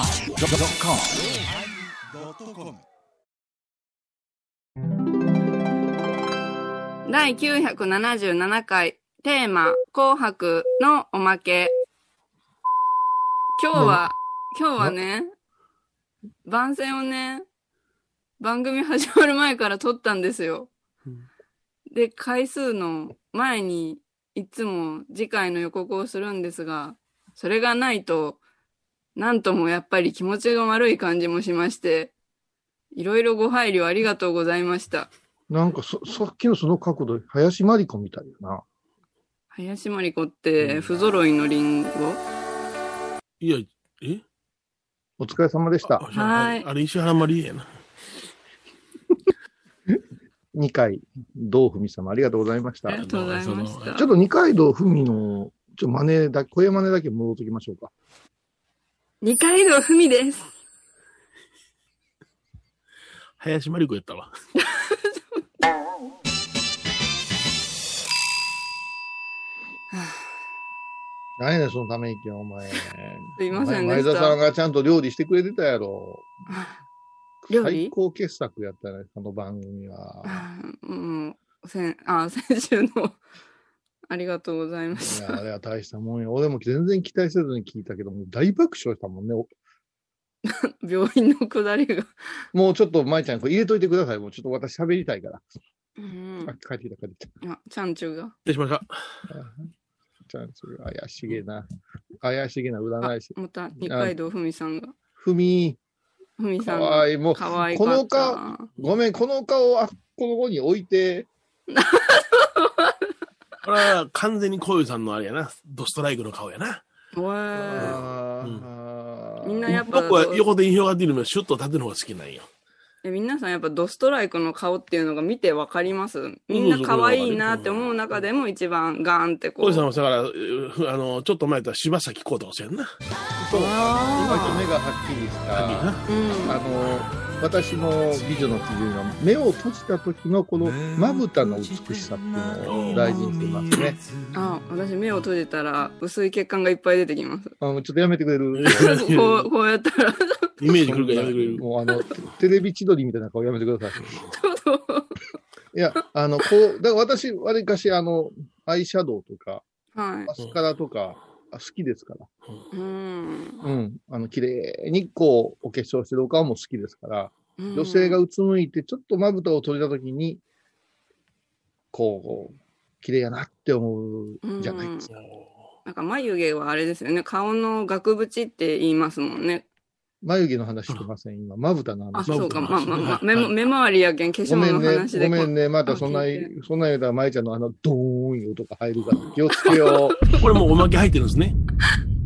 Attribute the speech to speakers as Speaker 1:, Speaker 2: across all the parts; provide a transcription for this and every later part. Speaker 1: YONNIRI.com
Speaker 2: 第977回テーマ「紅白」のおまけ今日は今日はね番宣をね番組始まる前から撮ったんですよ
Speaker 3: うん。
Speaker 2: で回数の前にいつも次回の予告をするんですがそれがないとなんともやっぱり気持ちが悪い感じもしましていろいろご配慮ありがとうございました。
Speaker 3: なんかそ、さっきのその角度、林真理子みたいだな。
Speaker 2: 林真理子って不揃いのリンゴ、
Speaker 4: いや、え
Speaker 3: お疲れ様でした。
Speaker 4: あじゃあ
Speaker 2: はい
Speaker 4: あれ、石原まりえやな。
Speaker 3: 二階堂ふみ様、ありがとうございました。
Speaker 2: ありが
Speaker 3: ち
Speaker 2: とうございまし
Speaker 4: その
Speaker 2: た
Speaker 3: ょっと二階堂ふみの、ちょ、真似だ、声真似だけ戻っておきましょうか。
Speaker 2: 二階堂ふみです
Speaker 4: 林真理子やったわ。
Speaker 3: 何やねん、そのため息は、お前。す
Speaker 2: すいませんで
Speaker 3: 前田
Speaker 2: し
Speaker 3: さん
Speaker 2: た
Speaker 3: がちゃんと料理してくれてたやろ。
Speaker 2: 料理
Speaker 3: 最高傑作やったね、この番組は。
Speaker 2: もう先あ先週のありがとうございま
Speaker 3: い
Speaker 2: し
Speaker 3: や、あ
Speaker 2: た
Speaker 3: れは大したもんよ。俺も全然期待せずに聞いたけど、もう大爆笑したもんね。お
Speaker 2: 病院のくだりが、
Speaker 3: もうちょっと、舞ちゃん、これ入れといてください。もうちょっと私喋りたいから。
Speaker 2: うん
Speaker 3: あ、、帰ってきた、帰ってきた。
Speaker 2: あちゃんちゅうが
Speaker 4: 失礼しました。
Speaker 3: ちゃんそれ怪しげな、怪しげな占い師。
Speaker 2: また二階堂ふみさんが
Speaker 3: ふみ、
Speaker 2: ふみ
Speaker 3: か
Speaker 2: さん
Speaker 3: わ
Speaker 2: が
Speaker 3: いい。もう、
Speaker 2: かわい
Speaker 3: こ
Speaker 2: か
Speaker 3: の
Speaker 2: った
Speaker 3: 顔ごめん、この顔、あ、この子に置いて、
Speaker 4: これは完全にこういうさんのあれやな。ドストライクの顔やな。
Speaker 2: おえ
Speaker 3: あー
Speaker 2: みんなやっぱ
Speaker 4: 僕は横で広がっているのはシュッと立てる方が好きなんよ。
Speaker 2: え皆さんやっぱドストライクの顔っていうのが見てわかりますみんな可愛いなって思う中でも一番ガーンってこ
Speaker 4: こういうさん
Speaker 2: う
Speaker 4: は、だからう、あの、ちょっと前やったら柴咲コウとかそうやんな。
Speaker 3: そう、今と
Speaker 2: あ
Speaker 3: 目がはっきりした、あ
Speaker 4: は
Speaker 2: ーうん
Speaker 3: の、私の美女の基準は、目を閉じた時のこのまぶたの美しさっていうのを大事にしてますね。
Speaker 2: あ、私目を閉じたら薄い血管がいっぱい出てきます。
Speaker 3: あのちょっとやめてくれ る
Speaker 4: い
Speaker 2: こう、こうやったら、ち
Speaker 4: イメージくるからやめてくれる。
Speaker 3: もうあの、テレビ千鳥みたいな顔やめてください。
Speaker 2: ょっと。
Speaker 3: いや、あの、こう、だから私、わりかし、あの、アイシャドウとか、
Speaker 2: は
Speaker 3: マスカラとか、あ好きですから。
Speaker 2: い。うん。
Speaker 3: うん。あの、綺麗に、こう、お化粧してるお顔も好きですから、
Speaker 2: うん
Speaker 3: 女性が、うつむいて、ちょっとまぶたを閉じたときに、こう、綺麗やなって思うじゃないですか。
Speaker 2: なんか眉毛はあれですよね。顔の額縁って言いますもんね。
Speaker 3: 眉毛の話してません、今。まぶたの
Speaker 2: あ、
Speaker 3: 話。
Speaker 2: そうか。
Speaker 4: ま
Speaker 2: まあ
Speaker 4: ぶた
Speaker 2: まあまあ
Speaker 4: は。い
Speaker 2: 目も目周りやけん、化
Speaker 3: ご
Speaker 2: 粧
Speaker 3: め
Speaker 2: の
Speaker 3: んね、
Speaker 2: 話で
Speaker 3: ご
Speaker 2: こう。
Speaker 3: めんね。またそんな
Speaker 2: あ聞い、
Speaker 3: そんな言うたら、まゆちゃんのあの、ドーンいう音が入るから、気をつけよ う。
Speaker 4: これもうおまけ入ってるんですね。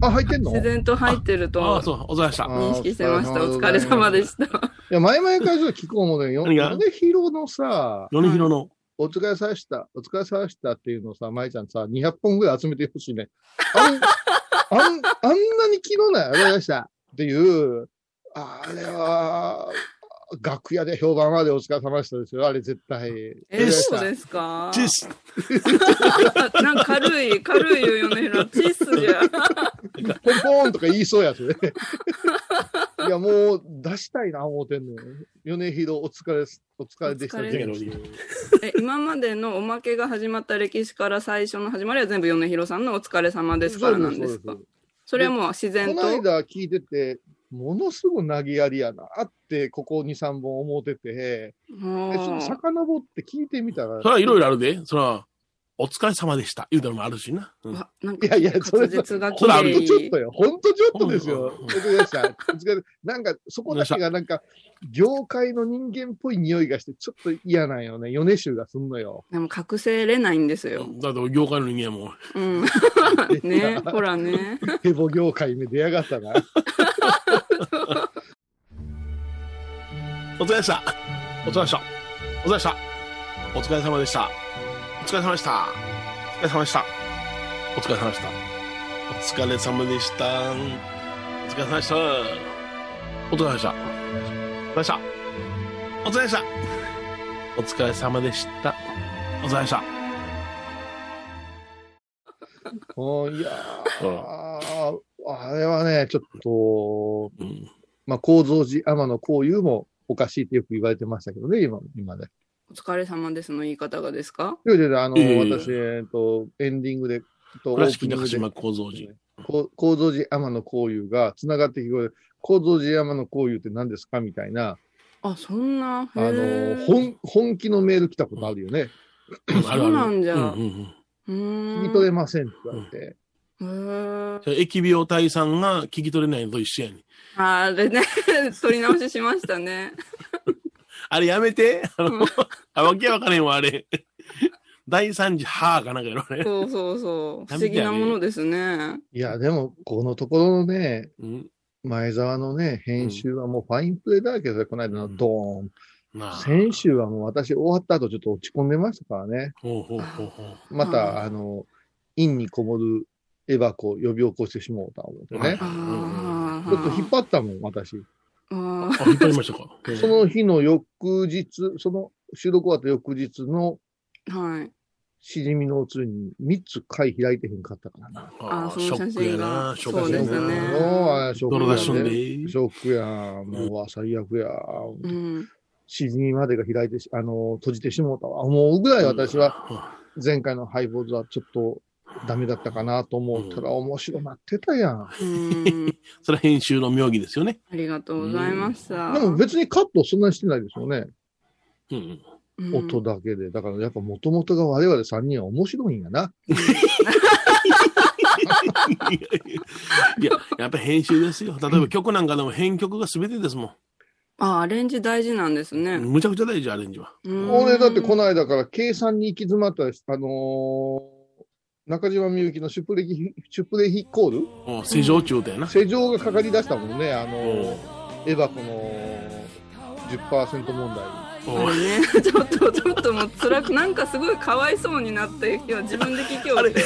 Speaker 3: あ、入ってんの
Speaker 2: 自然と入ってる
Speaker 4: ああ、
Speaker 2: と
Speaker 4: そう。お疲れ様でした。
Speaker 2: 認識してました。お疲れ様でした。
Speaker 3: いや、前々からちょっと聞こう思うのよ。
Speaker 4: 何が
Speaker 3: 米広のさ、
Speaker 4: 米広の。
Speaker 3: お疲れさでした、お疲れさでしたっていうのをさ、舞ちゃんさ、200本ぐらい集めてほしいね。あん、あん、あんなに昨日ない、あれでしたっていう、あれは、楽屋で評判までお疲れ様でしたですよ。あれ絶対。
Speaker 2: え、
Speaker 4: で
Speaker 2: そう
Speaker 3: す。
Speaker 2: ですか
Speaker 4: チェス。
Speaker 2: なんか軽い、軽いよ、米広。チスじゃ。
Speaker 3: ポンポンとか言いそうやつね。いや、もう出したいな、思うてんのよ。米広お疲れす、お疲れでした。
Speaker 2: お疲
Speaker 4: れ
Speaker 3: 元気
Speaker 2: え今までのおまけが始まった歴史から最初の始まりは全部米広さんのお疲れ様ですからなんです
Speaker 3: そう
Speaker 2: か
Speaker 3: そうそう
Speaker 2: それはもう自然
Speaker 3: ことの間聞いてて、ものすごい投げやりやなって、ここ2、3本思ってて、
Speaker 2: も
Speaker 3: でちょっと
Speaker 2: う
Speaker 3: 遡って聞いてみたら、
Speaker 4: それはいろいろあるで。それは、お疲れ様でした。言うたのもあるしな。うん
Speaker 2: わなん
Speaker 3: いやいや
Speaker 2: か
Speaker 3: それ
Speaker 2: 滑舌が
Speaker 3: ほ
Speaker 2: 綺
Speaker 3: んとちょっと
Speaker 2: 麗
Speaker 3: よ、ほんとちょっとですよ。
Speaker 4: うん
Speaker 3: お疲れ様でしたお疲れなんか、そこだけがなんか、業界の人間っぽい匂いがして、ちょっと嫌なんよね。米州がすんのよ。
Speaker 2: でも隠せれないんですよ、
Speaker 4: だって業界の人間も
Speaker 2: うん ねほらね
Speaker 3: ヘボ業界目出やがったな。
Speaker 4: お疲れ様でした。お疲れ様でした。お疲れ様でした。お疲れ様でした。お疲れ様でした。お疲れ様でした。お疲れ様でした。お疲れ様でした。お疲れ様でした。お疲れ様でした。お疲れ様でした。お疲れ様でした。お疲れ様でした。お疲れ様でした。
Speaker 3: うんいやー、あれはね、ちょっと、
Speaker 4: うん。
Speaker 3: まあ、構造寺天のこういうもおかしいってよく言われてましたけどね、今、今ね。
Speaker 2: お疲れ様ですの言い方がですか
Speaker 3: いやいやいやあの、
Speaker 4: いやいやいや
Speaker 3: 私、えっと、エンディングで、と
Speaker 4: 倉敷中島構造寺。
Speaker 3: こう構造寺天のこういうが、つながってきて、構造寺天のこういうって何ですかみたいな、
Speaker 2: あ、そんな、
Speaker 3: あの、
Speaker 2: へー
Speaker 3: 本、本気のメール来たことあるよね。
Speaker 4: うんあるある
Speaker 2: そうなんじゃ
Speaker 4: うんうんうん
Speaker 2: うー
Speaker 3: 聞
Speaker 2: ん
Speaker 3: き取れませんって言われて。
Speaker 2: へー
Speaker 4: それ疫病退散が聞き取れないのと一緒やねん
Speaker 2: あれね、 取り直ししましたね。
Speaker 4: あれやめて。あ
Speaker 2: うん
Speaker 4: の、 あ、わけわからへんわ、あれ。第三次、はーかなんかやろ、あれ。
Speaker 2: そうそうそう。不
Speaker 4: ダメだよね
Speaker 2: 思議なものですね。
Speaker 3: いや、でも、このところのね、
Speaker 4: うん。
Speaker 3: 前澤のね、編集はもうファインプレーだらけですよ、この間のドーン。
Speaker 4: なあ。
Speaker 3: 先週はもう私終わった後ちょっと落ち込んでましたからね。
Speaker 4: ほうほうほうほう。
Speaker 3: ま
Speaker 2: うん
Speaker 3: た、あの、院にこもるエバコを呼び起こしてしもうた思って
Speaker 4: はい
Speaker 3: ね。
Speaker 2: あ
Speaker 4: うん
Speaker 3: ちょっと引っ
Speaker 2: 張
Speaker 3: 張ったもん、私。
Speaker 2: あ
Speaker 4: あ、引っ張りましたか。うん
Speaker 3: その日の翌日、その収録終わった翌日の
Speaker 2: ーはい。
Speaker 3: しじみのおつゆに3つ貝開いてへんかったからな。
Speaker 4: あ
Speaker 2: あ
Speaker 4: ー
Speaker 2: その
Speaker 4: ショックやな、ショ
Speaker 2: そ
Speaker 4: ッ
Speaker 2: う
Speaker 4: ク
Speaker 2: で
Speaker 4: や
Speaker 2: すね
Speaker 3: もうあれショ
Speaker 4: 泥出しと
Speaker 3: ッ
Speaker 4: ん
Speaker 3: ク
Speaker 4: で
Speaker 3: や
Speaker 4: いい
Speaker 3: ね。ショックやん。もうわ、最悪や。
Speaker 2: うん。
Speaker 3: しじみまでが開いてし、あの、閉じてしもうたわ。もうぐらい私は
Speaker 4: は。
Speaker 3: 前回のハイボーズはちょっとダメだったかなと思ったら面白なってたやん。
Speaker 2: うん。
Speaker 4: それは編集の妙義ですよね。
Speaker 2: ありがとうございました。
Speaker 3: でも別にカットそんなにしてないですよね。
Speaker 4: うん うん。
Speaker 2: うん
Speaker 3: 音だけで。だからやっぱ元々が我々3人は面白いんやな。
Speaker 4: いや、やっぱ編集ですよ。例えば曲なんかでも編曲が全てですも
Speaker 2: あ、アレンジ大事なんです
Speaker 4: ん。
Speaker 2: ね。
Speaker 4: むちゃくちゃ大事、アレンジは。
Speaker 2: うん
Speaker 3: 俺だってこの間から計算に行き詰まったです。あのー中島みゆきのシュプレヒ、シュプレヒコール
Speaker 4: もう、施錠中だよな。
Speaker 3: 世情がかかり出したもんね。あのーエバコの10%問題。
Speaker 4: お
Speaker 2: あ
Speaker 4: う
Speaker 2: れね、ちょっとちょっともう辛くなんかすごいかわいそうになって今自分で聞きよ
Speaker 4: あ
Speaker 2: っ
Speaker 4: れ
Speaker 2: てち、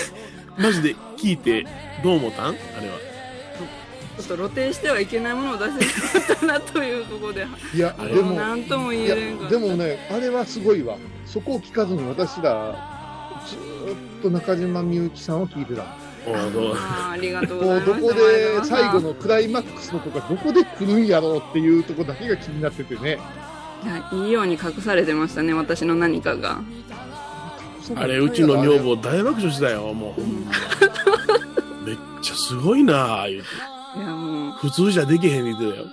Speaker 4: マジで聞いて、どう思ったんあれは。
Speaker 2: ょっと露呈してはいけないものを出してしまったなというところで
Speaker 3: いや、
Speaker 4: あれ
Speaker 3: で
Speaker 2: もう
Speaker 3: も、
Speaker 2: 何とも言
Speaker 3: い
Speaker 2: え
Speaker 3: や
Speaker 2: れんから
Speaker 3: でもね、あれはすごいわ。そこを聞かずに私ら、ずーっと中島みゆきさんを聞いてた。
Speaker 4: おうどう
Speaker 2: あーありがとうご
Speaker 3: もう
Speaker 2: ざい
Speaker 3: ど
Speaker 2: ます
Speaker 3: こで最後のクライマックスのとこがどこで来るんやろうっていうとこだけが気になっててね。
Speaker 2: いやいいように隠されてましたね私の何かが
Speaker 4: あれ、うちの女房大爆笑したよ、もう。めっちゃすごいなあ言うて
Speaker 2: いやもう
Speaker 4: 普通じゃできへん言ってたよ。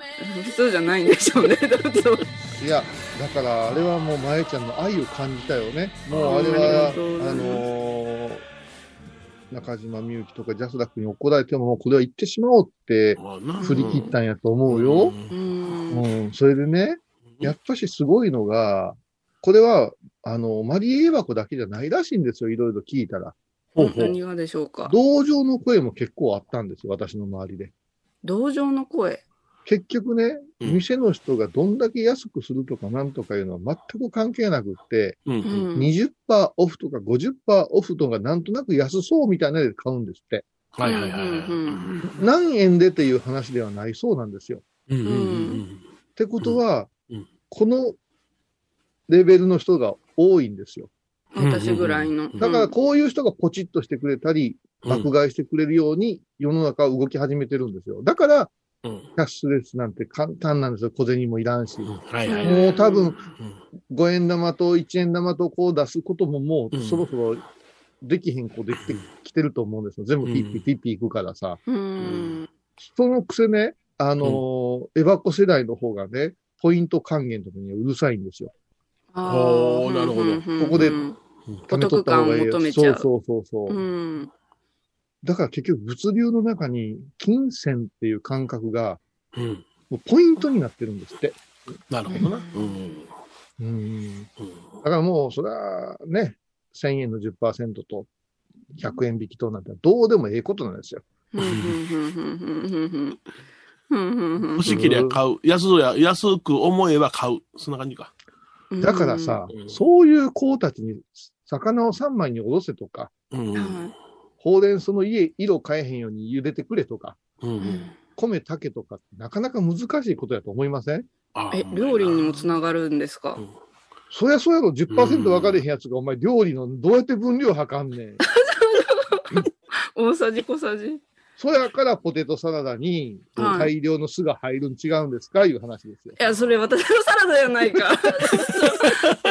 Speaker 2: 普通じゃないんでしょうねだってそう
Speaker 3: いや、だからあれはもうまえちゃんの愛を感じたよね。もうあれ
Speaker 2: ありが
Speaker 3: は、
Speaker 2: とうござ
Speaker 3: あ
Speaker 2: います
Speaker 3: のー中島みゆきとかジャスダックに怒られても、もうこれは言ってしまおうって
Speaker 4: まあな
Speaker 3: 振り切ったんやと思うよ。
Speaker 2: う
Speaker 3: うんん、それでね、やっぱしすごいのが、これは、あの、マリエーバコだけじゃないらしいんですよ、いろいろ聞いたら。
Speaker 4: ほうほう
Speaker 2: 何がでしょうか
Speaker 3: 同情の声も結構あったんですよ、私の周りで。
Speaker 2: 同情の声
Speaker 3: 結局ね、
Speaker 4: うん
Speaker 3: 店の人がどんだけ安くするとかなんとかいうのは全く関係なくって、
Speaker 4: うん
Speaker 2: う
Speaker 4: う
Speaker 2: ん
Speaker 4: ん。
Speaker 3: 20%オフとか50%オフとかなんとなく安そうみたいなので買うんですって。
Speaker 4: はいはいはいはい。
Speaker 2: う
Speaker 4: うんん
Speaker 3: 何円でっていう話ではないそうなんですよ。
Speaker 4: うんうん
Speaker 3: ってことは、
Speaker 4: うんうん
Speaker 3: このレベルの人が多いんですよ。
Speaker 2: 私ぐらいの
Speaker 4: うん
Speaker 3: だから
Speaker 2: うん
Speaker 3: こういう人がポチッとしてくれたり、
Speaker 4: うん
Speaker 3: 爆買いしてくれるように世の中は動き始めてるんですよ。だから、
Speaker 4: うん
Speaker 3: キャッシュレスなんて簡単なんですよ。小銭もいらんし。
Speaker 4: う
Speaker 3: も
Speaker 4: んはいはいはい。
Speaker 3: う多分、
Speaker 4: うん
Speaker 3: 5円玉と1円玉とこう出すこともも
Speaker 4: う
Speaker 3: うんそろそろできへんこうできてきてると思うんですよ。全部ピッピッピッピいくからさ。
Speaker 2: うん
Speaker 3: そのくせね、あのーエバコ世代の方がね、ポイント還元とかにうるさいんですよ。
Speaker 2: あ
Speaker 4: ほ
Speaker 2: ー
Speaker 4: うなるほど
Speaker 2: うんうんうん
Speaker 3: ここで
Speaker 2: お得感を求めち
Speaker 3: そ
Speaker 2: ゃ
Speaker 3: う
Speaker 2: う
Speaker 3: そうそうそう。
Speaker 2: うん
Speaker 3: だから結局物流の中に金銭っていう感覚が
Speaker 4: うん。
Speaker 3: もうポイントになってるんですって。
Speaker 4: なるほどな。うん。
Speaker 3: うん。
Speaker 4: うん
Speaker 3: だからもうそれはね、1000円の10%と100円引きとなんてどうでもええことなんですよ。
Speaker 2: うんうんうんうんうんうんうんうん
Speaker 4: 欲しけりゃ買う。安うや、安く思えば買う。そんな感じか。
Speaker 2: うん
Speaker 3: だからさ、
Speaker 4: うん
Speaker 3: そういう子たちに魚を3枚におろせとか、
Speaker 4: うんう
Speaker 2: は
Speaker 4: ん。
Speaker 2: い
Speaker 3: ほうれん草の家色変えへんように茹でてくれとか、
Speaker 4: うんうん。
Speaker 3: 米炊けとか、なかなか難しいことやと思いません
Speaker 4: あー
Speaker 2: え料理にもつながるんですか
Speaker 3: そりゃそうやろ、10%
Speaker 4: うん
Speaker 3: 分かれへんやつが、お前料理のどうやって分量測んねん。
Speaker 2: 大さじ小さじ
Speaker 3: そやからポテトサラダに
Speaker 2: はい
Speaker 3: 大量の酢が入るん違うんですか、いう話ですよ。
Speaker 2: いや、それ私のサラダやないか。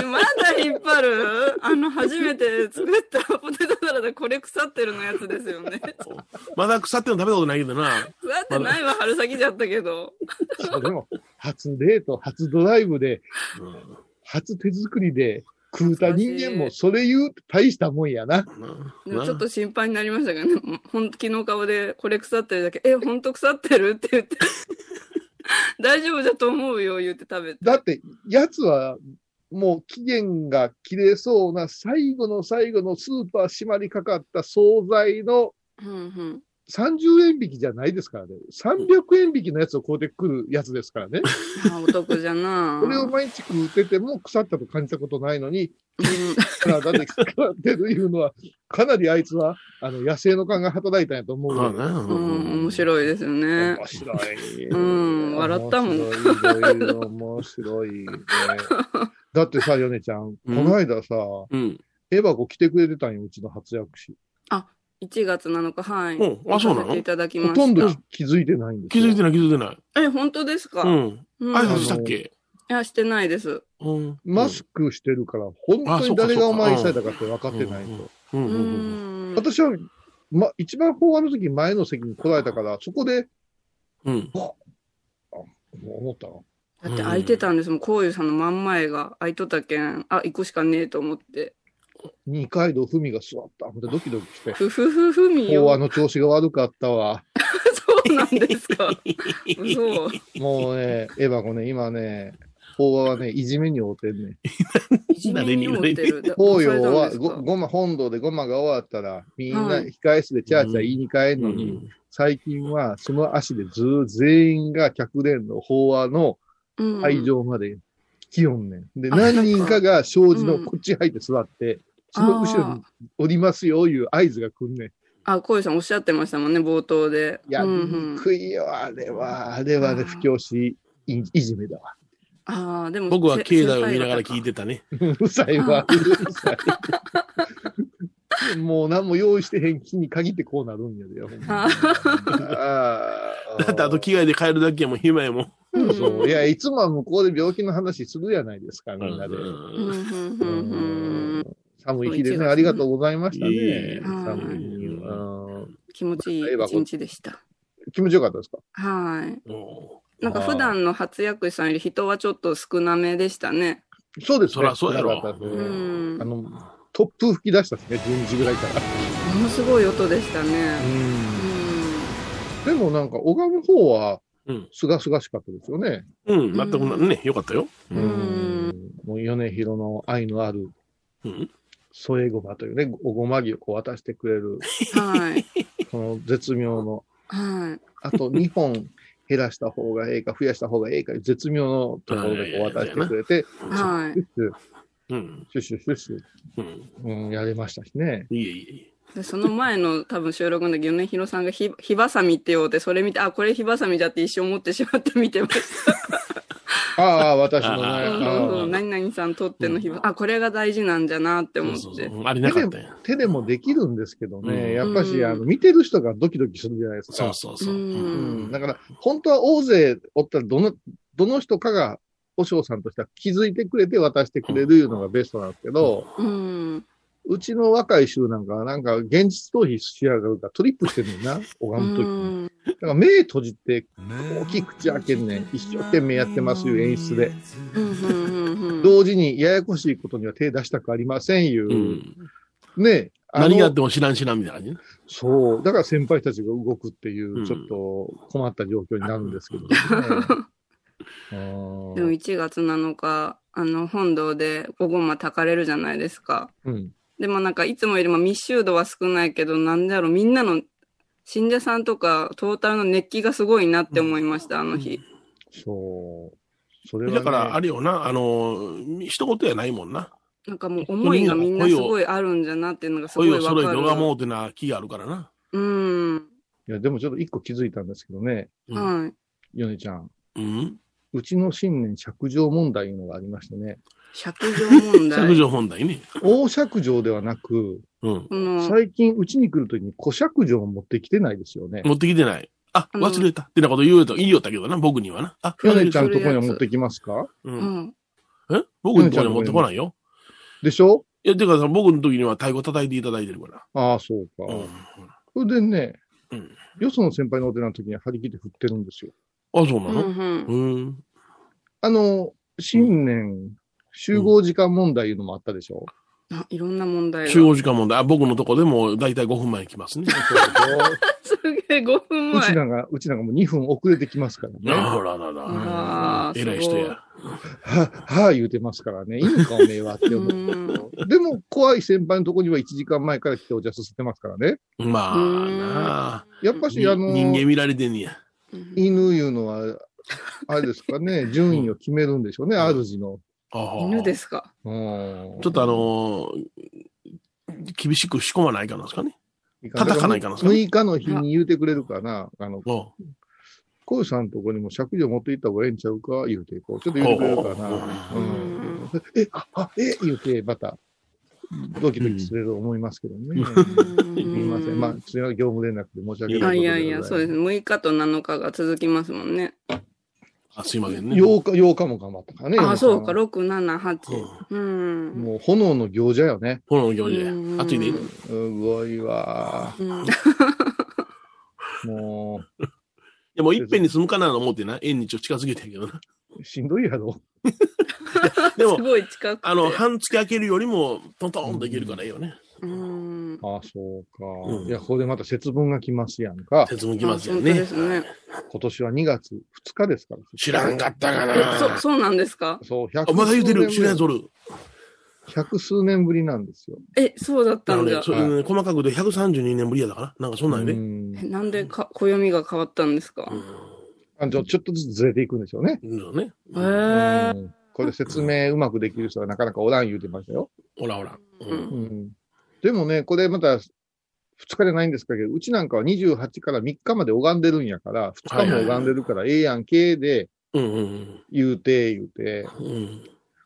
Speaker 2: まだ引っ張るあの、初めて作ったポテトサラダ、これ腐ってるのやつですよね。腐
Speaker 4: まだ腐ってるの食べたことないけどな。
Speaker 2: ってないわ、春先じゃったけど。
Speaker 3: そうでも、初デート、初ドライブで、
Speaker 4: うん
Speaker 3: 初手作りで食うた人間もそれ言うと大したもんやな。
Speaker 2: で
Speaker 4: な
Speaker 2: もちょっと心配になりましたけどね。もうほんと、昨日顔で、これ腐ってるだけ、え、ほんと腐ってるって言って。 大丈夫だと思うよ、言って食べて。
Speaker 3: だって、やつは、もう期限が切れそうな最後の最後のスーパー締まりかかった惣菜の
Speaker 2: うんうん。
Speaker 3: 30円引きじゃないですからね。300円引きのやつを買うてくるやつですからね。
Speaker 2: まあ、お得じゃな
Speaker 3: これを毎日食うてても腐ったと感じたことないのに、体で腐ってるいうのは、かなりあいつは、あの、野生の感が働いたんやと思う
Speaker 4: まあ
Speaker 3: よ。
Speaker 4: な
Speaker 2: うん、うん、面
Speaker 4: い。
Speaker 2: 白いですよね。
Speaker 3: 面白い。
Speaker 2: うん笑ったもん
Speaker 3: 面白い、面白いね。だってさ、ヨネちゃん、この間さ、
Speaker 4: うん。
Speaker 3: エバコ来てくれてたんよ、うちの初役師。
Speaker 2: 1月7日、はい。
Speaker 4: うんあそうな
Speaker 2: 出さ
Speaker 4: の
Speaker 2: せていただきま
Speaker 3: ほ
Speaker 2: した。
Speaker 3: とんどき気づいてないんです
Speaker 4: 気
Speaker 3: よ。
Speaker 4: づいてない、気づいてない。
Speaker 2: え、本当ですか、
Speaker 4: うん。
Speaker 2: うん
Speaker 4: 挨拶したっけ
Speaker 2: いや、してないです。
Speaker 4: うん。
Speaker 3: マスクしてるから、本
Speaker 4: あ
Speaker 3: 当
Speaker 4: そ
Speaker 3: に
Speaker 4: うか
Speaker 3: 誰がお前に
Speaker 4: そう
Speaker 3: さ
Speaker 4: か
Speaker 3: れたかって分かってないと。
Speaker 4: う。
Speaker 2: うん
Speaker 4: うんうんうん。
Speaker 2: ん。
Speaker 3: 私は、ま、一番法話の時前の席に来られたから、そこで、
Speaker 4: うん。
Speaker 3: もう思ったの。
Speaker 2: だって空いてたんですもん。こういうさんの真ん前が空いとったけん。あ、行くしかねえと思って。
Speaker 3: 二階堂ふみが座った。ほんでドキドキして。
Speaker 2: ふふふふみ
Speaker 3: 法話
Speaker 2: よ。
Speaker 3: の調子が悪かったわ。
Speaker 2: そうなんですか。嘘。
Speaker 3: もう ね、エヴァ子ね、今ね、法話はね、いじめに遭ってんね。
Speaker 2: いじめに思ってる。
Speaker 3: 法要は、ご
Speaker 2: だ押されたんですか
Speaker 3: ごま、本堂でごまが終わったら、みんな
Speaker 2: はい
Speaker 3: 控え室でチャーチャー言いに帰る
Speaker 4: う
Speaker 3: のに、
Speaker 4: ん
Speaker 3: 最近はその足でずー全員が客連の法話の
Speaker 2: うん
Speaker 3: 会場まで来よんねん。で、
Speaker 2: あ
Speaker 3: 何人かが障子の
Speaker 2: うん
Speaker 3: こっち入って座って、その後ろにおりますよ、いう合図が来んねん。
Speaker 2: あ、こういうさんおっしゃってましたもんね、冒頭で。
Speaker 3: いや、
Speaker 2: うんうん、
Speaker 3: 憎いよ、あれは、あれはね、
Speaker 2: あー
Speaker 3: 不教師いいじめだ わ。
Speaker 2: ああ、でも。
Speaker 4: 僕は境内を見ながら聞い
Speaker 2: 聞
Speaker 4: てたね。
Speaker 3: うるさいわ、うるさい。もう何も用意してへん日に限ってこうなるんやでよ。
Speaker 2: あ
Speaker 4: だってあと着替えで帰るだけやもん、暇やもん。
Speaker 3: そう そういや、いつもは向こうで病気の話するやないですか、みんなで。
Speaker 2: うんうんうんうん
Speaker 3: 寒い日でね、ありがとうございました
Speaker 4: いえい
Speaker 3: ね
Speaker 4: え。
Speaker 3: 寒い日にうん
Speaker 2: 気持ちいい一日でした。
Speaker 3: 気持ちよかったですか
Speaker 2: はい。
Speaker 4: お
Speaker 2: なんか普段の初役師さんより人はちょっと少なめでしたね。
Speaker 3: そうですね。
Speaker 4: そらそうやろ
Speaker 3: よかったです
Speaker 2: う
Speaker 3: ね
Speaker 2: ん。
Speaker 3: あ
Speaker 2: も
Speaker 3: の、突風吹き出したんですね、12時ぐらいから。
Speaker 2: のすごい音でしたね。
Speaker 3: うん
Speaker 2: う
Speaker 3: でもなんか、拝む方は
Speaker 4: うん、
Speaker 3: すがすがしかったですよね。
Speaker 4: ーうん、全くなね、よかったよ。
Speaker 2: うん
Speaker 3: もう、米広の愛のある
Speaker 4: うん。
Speaker 3: 添えごまというね、おごまぎをこう渡してくれる、
Speaker 2: ん。はい。
Speaker 3: この絶妙の、
Speaker 2: はい。
Speaker 3: あと2本減らした方がええか、増やした方がええか、絶妙のところでこう渡してくれて、
Speaker 2: は
Speaker 3: シュッシュ
Speaker 4: うん。
Speaker 3: シュッシュッシュッシュ
Speaker 4: うん。
Speaker 3: うん、やれましたしね。
Speaker 4: いえいえい
Speaker 2: い。で、その前の多分収録の時、米広さんがひ火ばさみって言おうて、それ見て、あ、これ火ばさみじゃって一生思ってしまって見てました。
Speaker 3: ああ、私のね。
Speaker 4: あ
Speaker 2: そ
Speaker 4: ー
Speaker 2: うそうそう。
Speaker 3: ああ
Speaker 2: 何々さんとっての火ば、あ、これが大事なんじゃなって
Speaker 4: え。
Speaker 2: 思っ
Speaker 4: そう
Speaker 2: て。
Speaker 4: そうそう。ありなかったんや。
Speaker 3: 手でもできるんですけどね、
Speaker 4: うん
Speaker 3: やっぱ
Speaker 2: う
Speaker 3: し、
Speaker 2: ん
Speaker 3: あの、見てる人がドキドキするじゃないですか。
Speaker 4: そうそうそう。
Speaker 3: うん、だ
Speaker 4: ん。
Speaker 3: から、本当は大勢おったら、どの、どの人かが、お尚さんとしては気づいてくれて渡してくれるいうのがベストなんですけど、
Speaker 2: うん。
Speaker 3: うちの若い衆なんかは、なんか現実逃避しやがるからトリップしてんねんな、
Speaker 2: う
Speaker 3: 拝むときに。
Speaker 2: ん。
Speaker 3: だから目閉じて、
Speaker 1: 大きい口開けんねん一生懸命やってますいう演出で
Speaker 2: うん。うん。うん。
Speaker 3: 同時にややこしいことには手出したくありませんいう、
Speaker 4: うん。
Speaker 3: ね、あの
Speaker 4: 何があっても知らん知らんみたいな感じね。
Speaker 3: そう、だから先輩たちが動くっていうう、
Speaker 4: ん
Speaker 3: ちょっと困った状況になるんですけど ね。
Speaker 2: でも1月7日、あの、本堂でおごま炊かれるじゃないですか。
Speaker 3: うん、
Speaker 2: でもなんか、いつもよりも密集度は少ないけど、なんだろう、みんなの、信者さんとか、トータルの熱気がすごいなって思いました、あの日。
Speaker 3: そう。それは、ね、
Speaker 4: だから、あれよな、あの、一言やないもんな。
Speaker 2: なんかもう思いがみんなすごいあるんじゃなっていうのがすごい
Speaker 4: 声を
Speaker 2: わ
Speaker 4: 揃え
Speaker 2: か
Speaker 4: て
Speaker 2: る。
Speaker 4: 拝もうってな気があるからな。
Speaker 2: うん。
Speaker 3: いや、でもちょっと一個気づいたんですけどね、
Speaker 4: うん。
Speaker 2: はい。
Speaker 3: ヨネちゃん。
Speaker 4: うん。
Speaker 3: うちの新年、釈上問題いうのがありましてね、
Speaker 2: 釈上問題。
Speaker 4: 削除本題ね。
Speaker 3: 大釈上ではなく、
Speaker 4: ううん。
Speaker 2: この、
Speaker 3: 最近、うちに来るときに、古尺錠を持ってきてないですよね。
Speaker 4: 持ってきてない。あ、
Speaker 2: あの
Speaker 4: 忘れた。ってなこと言うと、言いよったけどな、僕にはな。あ、
Speaker 3: ヨ
Speaker 2: れ
Speaker 3: ネちゃんとこに
Speaker 2: それ
Speaker 3: は持ってきますか
Speaker 4: う。
Speaker 2: うんん。
Speaker 4: え僕のとこには持ってこないよ。
Speaker 3: でしょ
Speaker 4: いや、てかさ、僕の時には太鼓叩いていただいてるから。
Speaker 3: ああ、そうか。
Speaker 4: う
Speaker 3: そ
Speaker 4: ん。
Speaker 3: れでね、
Speaker 4: うん
Speaker 3: よその先輩のお寺の時に張り切って振ってるんですよ。
Speaker 4: あ、そうな
Speaker 2: う
Speaker 4: の
Speaker 2: ん。
Speaker 4: うん。
Speaker 3: あの、新年、集合時間問題いうのもあったでしょ、
Speaker 2: あいろんな問題が。
Speaker 4: 集合時間問題。あ、僕のとこでも大体5分前に来ますね。
Speaker 2: すげえ、5分
Speaker 3: うち
Speaker 2: 前。
Speaker 3: らが、うちらがもう2分遅れてきます からね。
Speaker 4: あららら
Speaker 2: あ。ー
Speaker 4: 偉い人や。
Speaker 3: は、はあ言うてますからね。いいんか、おめえはって思う。
Speaker 2: うん
Speaker 3: でも、怖い先輩のとこには1時間前から来てお茶させてますからね。
Speaker 4: まあなあ。
Speaker 3: やっぱ
Speaker 4: に
Speaker 3: し、あの、
Speaker 4: 人間見られてんね
Speaker 2: う
Speaker 4: や。。
Speaker 2: ん
Speaker 3: 犬いうのは、あれですかね、順位を決めるんでしょうね、主の。
Speaker 2: 犬ですすか。
Speaker 3: うん
Speaker 4: ちょっとあのー厳しく仕込まないかなんですかね。叩かないかなそれ
Speaker 3: 6日の日に言うてくれるかな。あの、
Speaker 4: お
Speaker 3: コウさんとこにも借料持っていった方がええんちゃうか言うて、こう、ちょっと言うてくれるか
Speaker 4: ほうほ
Speaker 3: な。
Speaker 4: うほう
Speaker 3: うんえ、あ、あえ、言うて、また、ドキドキすると思いますけどね。
Speaker 2: うん
Speaker 3: すみません。まあ、それは業務連絡で申し訳
Speaker 2: あ
Speaker 3: ないいこと
Speaker 2: やいや、そうです。
Speaker 3: ね。
Speaker 2: 6日と7日が続きますもんね。
Speaker 4: あすいませんね。
Speaker 3: 8日、8日も頑張ったからね。
Speaker 2: あ、そうか、
Speaker 3: も
Speaker 2: 6、7、8。うん。
Speaker 3: う炎の行者よね。
Speaker 4: 炎の行事で
Speaker 2: う。ん
Speaker 4: 暑いね。
Speaker 3: すごいわ。
Speaker 2: うん
Speaker 3: も
Speaker 4: でもいっぺんに済むかなと思ってな、縁にちょっと近づけてん けどな。
Speaker 3: う、しんどいやろ。
Speaker 4: ですも、
Speaker 2: ごい近くて。
Speaker 4: あの、半月開けるよりも、トントンといけるからいいよね。
Speaker 2: うん。
Speaker 3: ああ、そうか。
Speaker 4: うん
Speaker 3: いや、ここでまた節分が来ますやんか。
Speaker 4: 節分きますよ
Speaker 2: あ本当
Speaker 4: ね
Speaker 2: で。すね。
Speaker 3: 今年は2月2日ですから。
Speaker 4: 知らんかったか
Speaker 2: そ、
Speaker 4: な。
Speaker 2: そうなんですか
Speaker 3: そう、100
Speaker 4: あ、まだ言うてる。知ら
Speaker 3: 数年
Speaker 4: んや
Speaker 3: ぶ
Speaker 4: つおる。
Speaker 3: り百数年ぶりなんですよ。
Speaker 2: え、そうだった
Speaker 4: あの
Speaker 2: ん
Speaker 4: ね
Speaker 2: だ。
Speaker 4: そういうのね細かくで132年ぶりやだから。なんかそんなんよ
Speaker 3: う
Speaker 4: ね。
Speaker 3: ん
Speaker 2: えなんでか、暦が変わったんですか
Speaker 3: あちょちょっとずつずれていくんでしょうね。
Speaker 4: うん。うんね。
Speaker 2: へえ。
Speaker 3: うんこれ説明うまくできる人はなかなかおらん言うてましたよ。
Speaker 4: ほらほら。う
Speaker 2: うんん
Speaker 3: うんでもね、これまた2日じゃないんですけど、うちなんかは28から3日まで拝んでるんやから、2日も拝んでるからええやんけで
Speaker 4: うんうん
Speaker 3: 言うて言うて、
Speaker 4: うん。うん。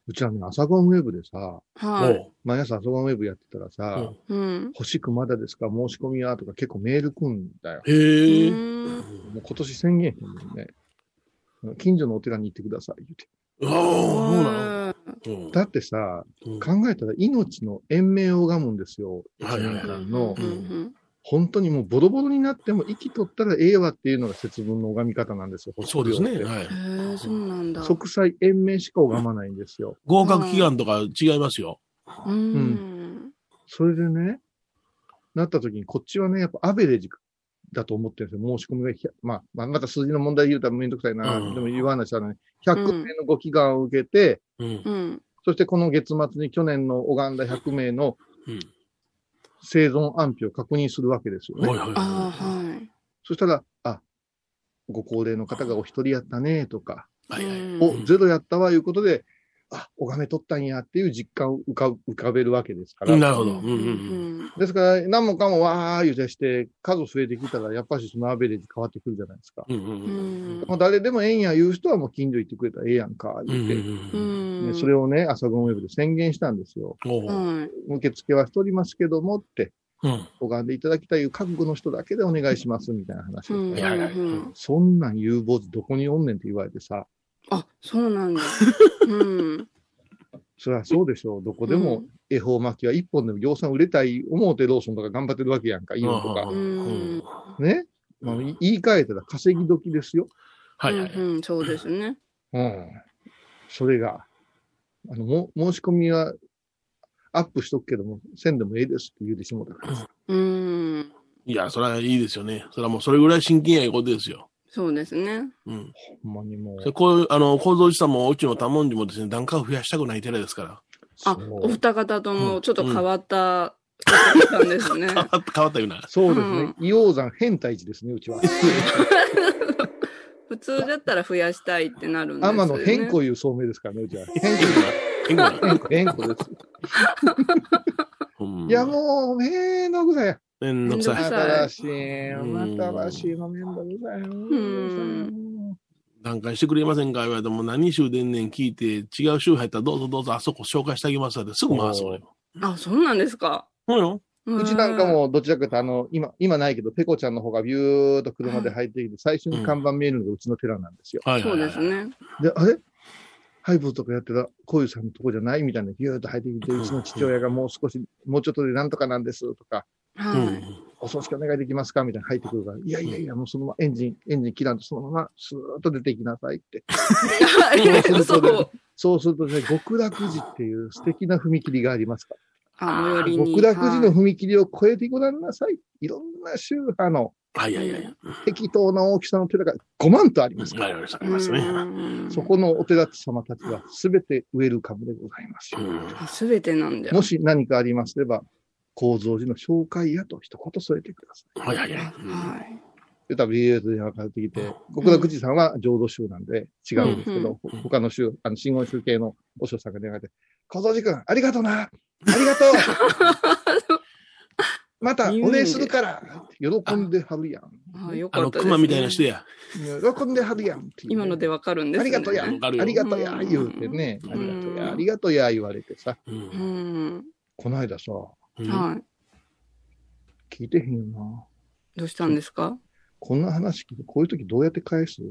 Speaker 3: うちはね、朝ゴンウェブでさ、
Speaker 4: も
Speaker 2: はい。
Speaker 4: う。
Speaker 3: 毎朝朝ゴンウェブやってたらさ、
Speaker 4: うん
Speaker 2: うん。
Speaker 3: 欲しくまだですか申し込みはとか結構メール来んだよ。
Speaker 2: う
Speaker 4: へえ。
Speaker 2: ん
Speaker 3: もう今年宣言へんもんね。近所のお寺に行ってください言うて。
Speaker 4: ああ、そうなの。うん
Speaker 3: だってさ、
Speaker 4: うん
Speaker 3: 考えたら命の延命を拝むんですよ。
Speaker 4: はいはい
Speaker 3: 一年
Speaker 4: は
Speaker 3: 間の
Speaker 2: う。ん
Speaker 3: 本当にもうボロボロになっても生きとったらええわっていうのが節分の拝み方なんですよ。
Speaker 4: い。そうですね。
Speaker 3: 仏教って
Speaker 4: はい
Speaker 2: へ。え、そうなんだ。
Speaker 3: 即歳延命しか拝まないんですよ。
Speaker 4: 合格祈願とか違いますよ。
Speaker 2: うん。
Speaker 3: それでね、なった時にこっちはね、やっぱアベレージだと思ってるんですよ。申し込みがひゃ、まあ、まあ、また数字の問題言うたらめんどくさいな。
Speaker 4: うん
Speaker 3: でも言わないしたらね、100名のご祈願を受けて、
Speaker 4: うん。
Speaker 2: うん。
Speaker 3: そしてこの月末に去年の拝んだ100名の
Speaker 4: うん
Speaker 3: 生存安否を確認するわけですよね。
Speaker 4: はいはい
Speaker 2: ああ、
Speaker 4: は
Speaker 2: はい。
Speaker 3: そしたら、あ、ご高齢の方がお一人やったねとか、
Speaker 4: い。はいは
Speaker 2: う
Speaker 4: い。
Speaker 2: ん
Speaker 3: お、ゼロやったわいうことで、あ、拝めとったんやっていう実感を浮か浮かべるわけですから。
Speaker 4: なるほど。うん
Speaker 2: う
Speaker 4: うんうん。
Speaker 2: ん
Speaker 3: ですから、何もかもわー言うてして、数増えてきたら、やっぱしそのアベレージ変わってくるじゃないですか。
Speaker 4: うんうんうん
Speaker 3: もう誰でもええんや言う人はもう近所行ってくれたらええやんか、
Speaker 4: う
Speaker 3: 言って、
Speaker 4: ん
Speaker 2: う
Speaker 4: うんうん。
Speaker 2: ん。
Speaker 3: ねそれをね、朝ゴンウェブで宣言したんですよ。
Speaker 4: おう
Speaker 2: はい。
Speaker 3: 受付はしておりますけどもって。
Speaker 4: うん。
Speaker 3: 拝んでいただきたいいう覚悟の人だけでお願いしますみたいな話、
Speaker 2: うん
Speaker 4: はいはいはい
Speaker 2: うん
Speaker 3: そんなん有望どこにおんねんって言われてさ、
Speaker 2: あ、そうなんだ。うん。
Speaker 3: そりゃそうでしょう、どこでも恵方巻きは一本でも量産売れたい思うてローソンとか頑張ってるわけやんか、イオンとか。
Speaker 2: うん。
Speaker 3: ね、まあ、言い換えたら稼ぎ時ですよ。
Speaker 4: はいはい。
Speaker 2: うんうん、そうですね。
Speaker 3: うん。それが、あの、も申し込みはアップしとくけども、せんでもええですって言うてしもうたから。
Speaker 2: うん。
Speaker 4: いや、それはいいですよね。それはもうそれぐらい真剣やいうことですよ。
Speaker 2: そうですね。
Speaker 4: うん。
Speaker 3: ほんまにもう。
Speaker 4: それこういう、あの、構造寺さんも、うちの多文字もですね、段階を増やしたくない寺ですから。
Speaker 2: あ
Speaker 3: そ、
Speaker 2: お
Speaker 3: う
Speaker 2: 二方と
Speaker 4: う
Speaker 2: も
Speaker 4: ん
Speaker 2: ちょっと変わった、たんですね。
Speaker 4: 変わった、 変わったような。
Speaker 3: そうですね。
Speaker 2: うん
Speaker 3: 硫黄山変態児ですね、うちは。
Speaker 2: 普通だったら増やしたいってなるんですよ、ね。
Speaker 3: 天野変子いう聡明ですからね、うちは。変子です。
Speaker 4: 変更な。
Speaker 3: 変更です。
Speaker 4: ほんま
Speaker 3: いや、もう、めんどくさいや。
Speaker 4: めんどくさい。
Speaker 3: 新しい、
Speaker 4: うん
Speaker 3: 新しいのめんどくさい。
Speaker 2: ん
Speaker 4: 段階してくれませんか言われても、何州でんねん聞いて、違う州入ったらどうぞどうぞ、あそこ紹介してあげますわって、すぐ回す俺も。
Speaker 2: あ、そうなんですか。
Speaker 4: そうよ。
Speaker 2: う
Speaker 3: うちなんかもどちらかというと、あの、今、今ないけど、ペコちゃんの方がビューっと車で入ってきて、最初に看板見えるのがうちの寺なんですよ。
Speaker 4: はい
Speaker 2: そうですね。
Speaker 3: で、あれハイボーとかやってた、こういうさんのとこじゃないみたいな、ビューっと入ってきて、うちの父親がもう少し、もうちょっとでなんとかなんですとか、
Speaker 4: う
Speaker 2: はい。
Speaker 4: ん。
Speaker 3: お葬式お願いできますかみたいな入ってくるから、いやいやいや、もうそのままエンジン、エンジン切らんとそのままスーッと出ていきなさいって。
Speaker 2: 嘘。
Speaker 3: そうするとね、極楽寺っていう素敵な踏切がありますから
Speaker 2: あ、最寄りに。
Speaker 3: 極楽寺の
Speaker 2: はい
Speaker 3: 踏切を越えてごらんなさい。いろんな宗派の
Speaker 4: はいはいはい。
Speaker 3: 適当な大きさの寺が5万とあります
Speaker 4: わかりました。わかりましたね。
Speaker 2: うん
Speaker 3: そこのお寺様たちは全てウェルカムでございますよ。
Speaker 4: うん
Speaker 2: あすべてなんだよ。
Speaker 3: もし何かありませれば、構造寺の紹介やと一言添えてください。
Speaker 4: はいはいはい。うん
Speaker 2: はい。
Speaker 3: で、たらビエート電話かかってきて、極楽寺さんは浄土宗なんで違うんですけど、
Speaker 4: うんうん
Speaker 3: ほ他の宗、あの、真言宗系のお師匠さんが電話で、構造寺君、ありがとうなありがとうまたお礼するから喜んではるやん。
Speaker 2: あ、よ
Speaker 4: あ
Speaker 2: か
Speaker 4: の、
Speaker 2: った。
Speaker 4: 熊みたいな人。や。
Speaker 3: 喜んではるやんっていうね
Speaker 2: 今のでわかるんです
Speaker 3: あり
Speaker 2: ね
Speaker 3: がとうや、
Speaker 4: わか
Speaker 3: あ
Speaker 4: るよ
Speaker 3: りがとうや、
Speaker 2: うん
Speaker 3: 言うてね、
Speaker 4: うん
Speaker 3: ありがとう
Speaker 2: うん
Speaker 3: や、ありがとうや、言われてさ、
Speaker 4: う。
Speaker 2: うんん。
Speaker 3: こないださ、
Speaker 4: うん
Speaker 2: はい。
Speaker 3: 聞いてへんよな。
Speaker 2: どうしたんですか
Speaker 3: こんな話聞いて、こういう時どうやって返す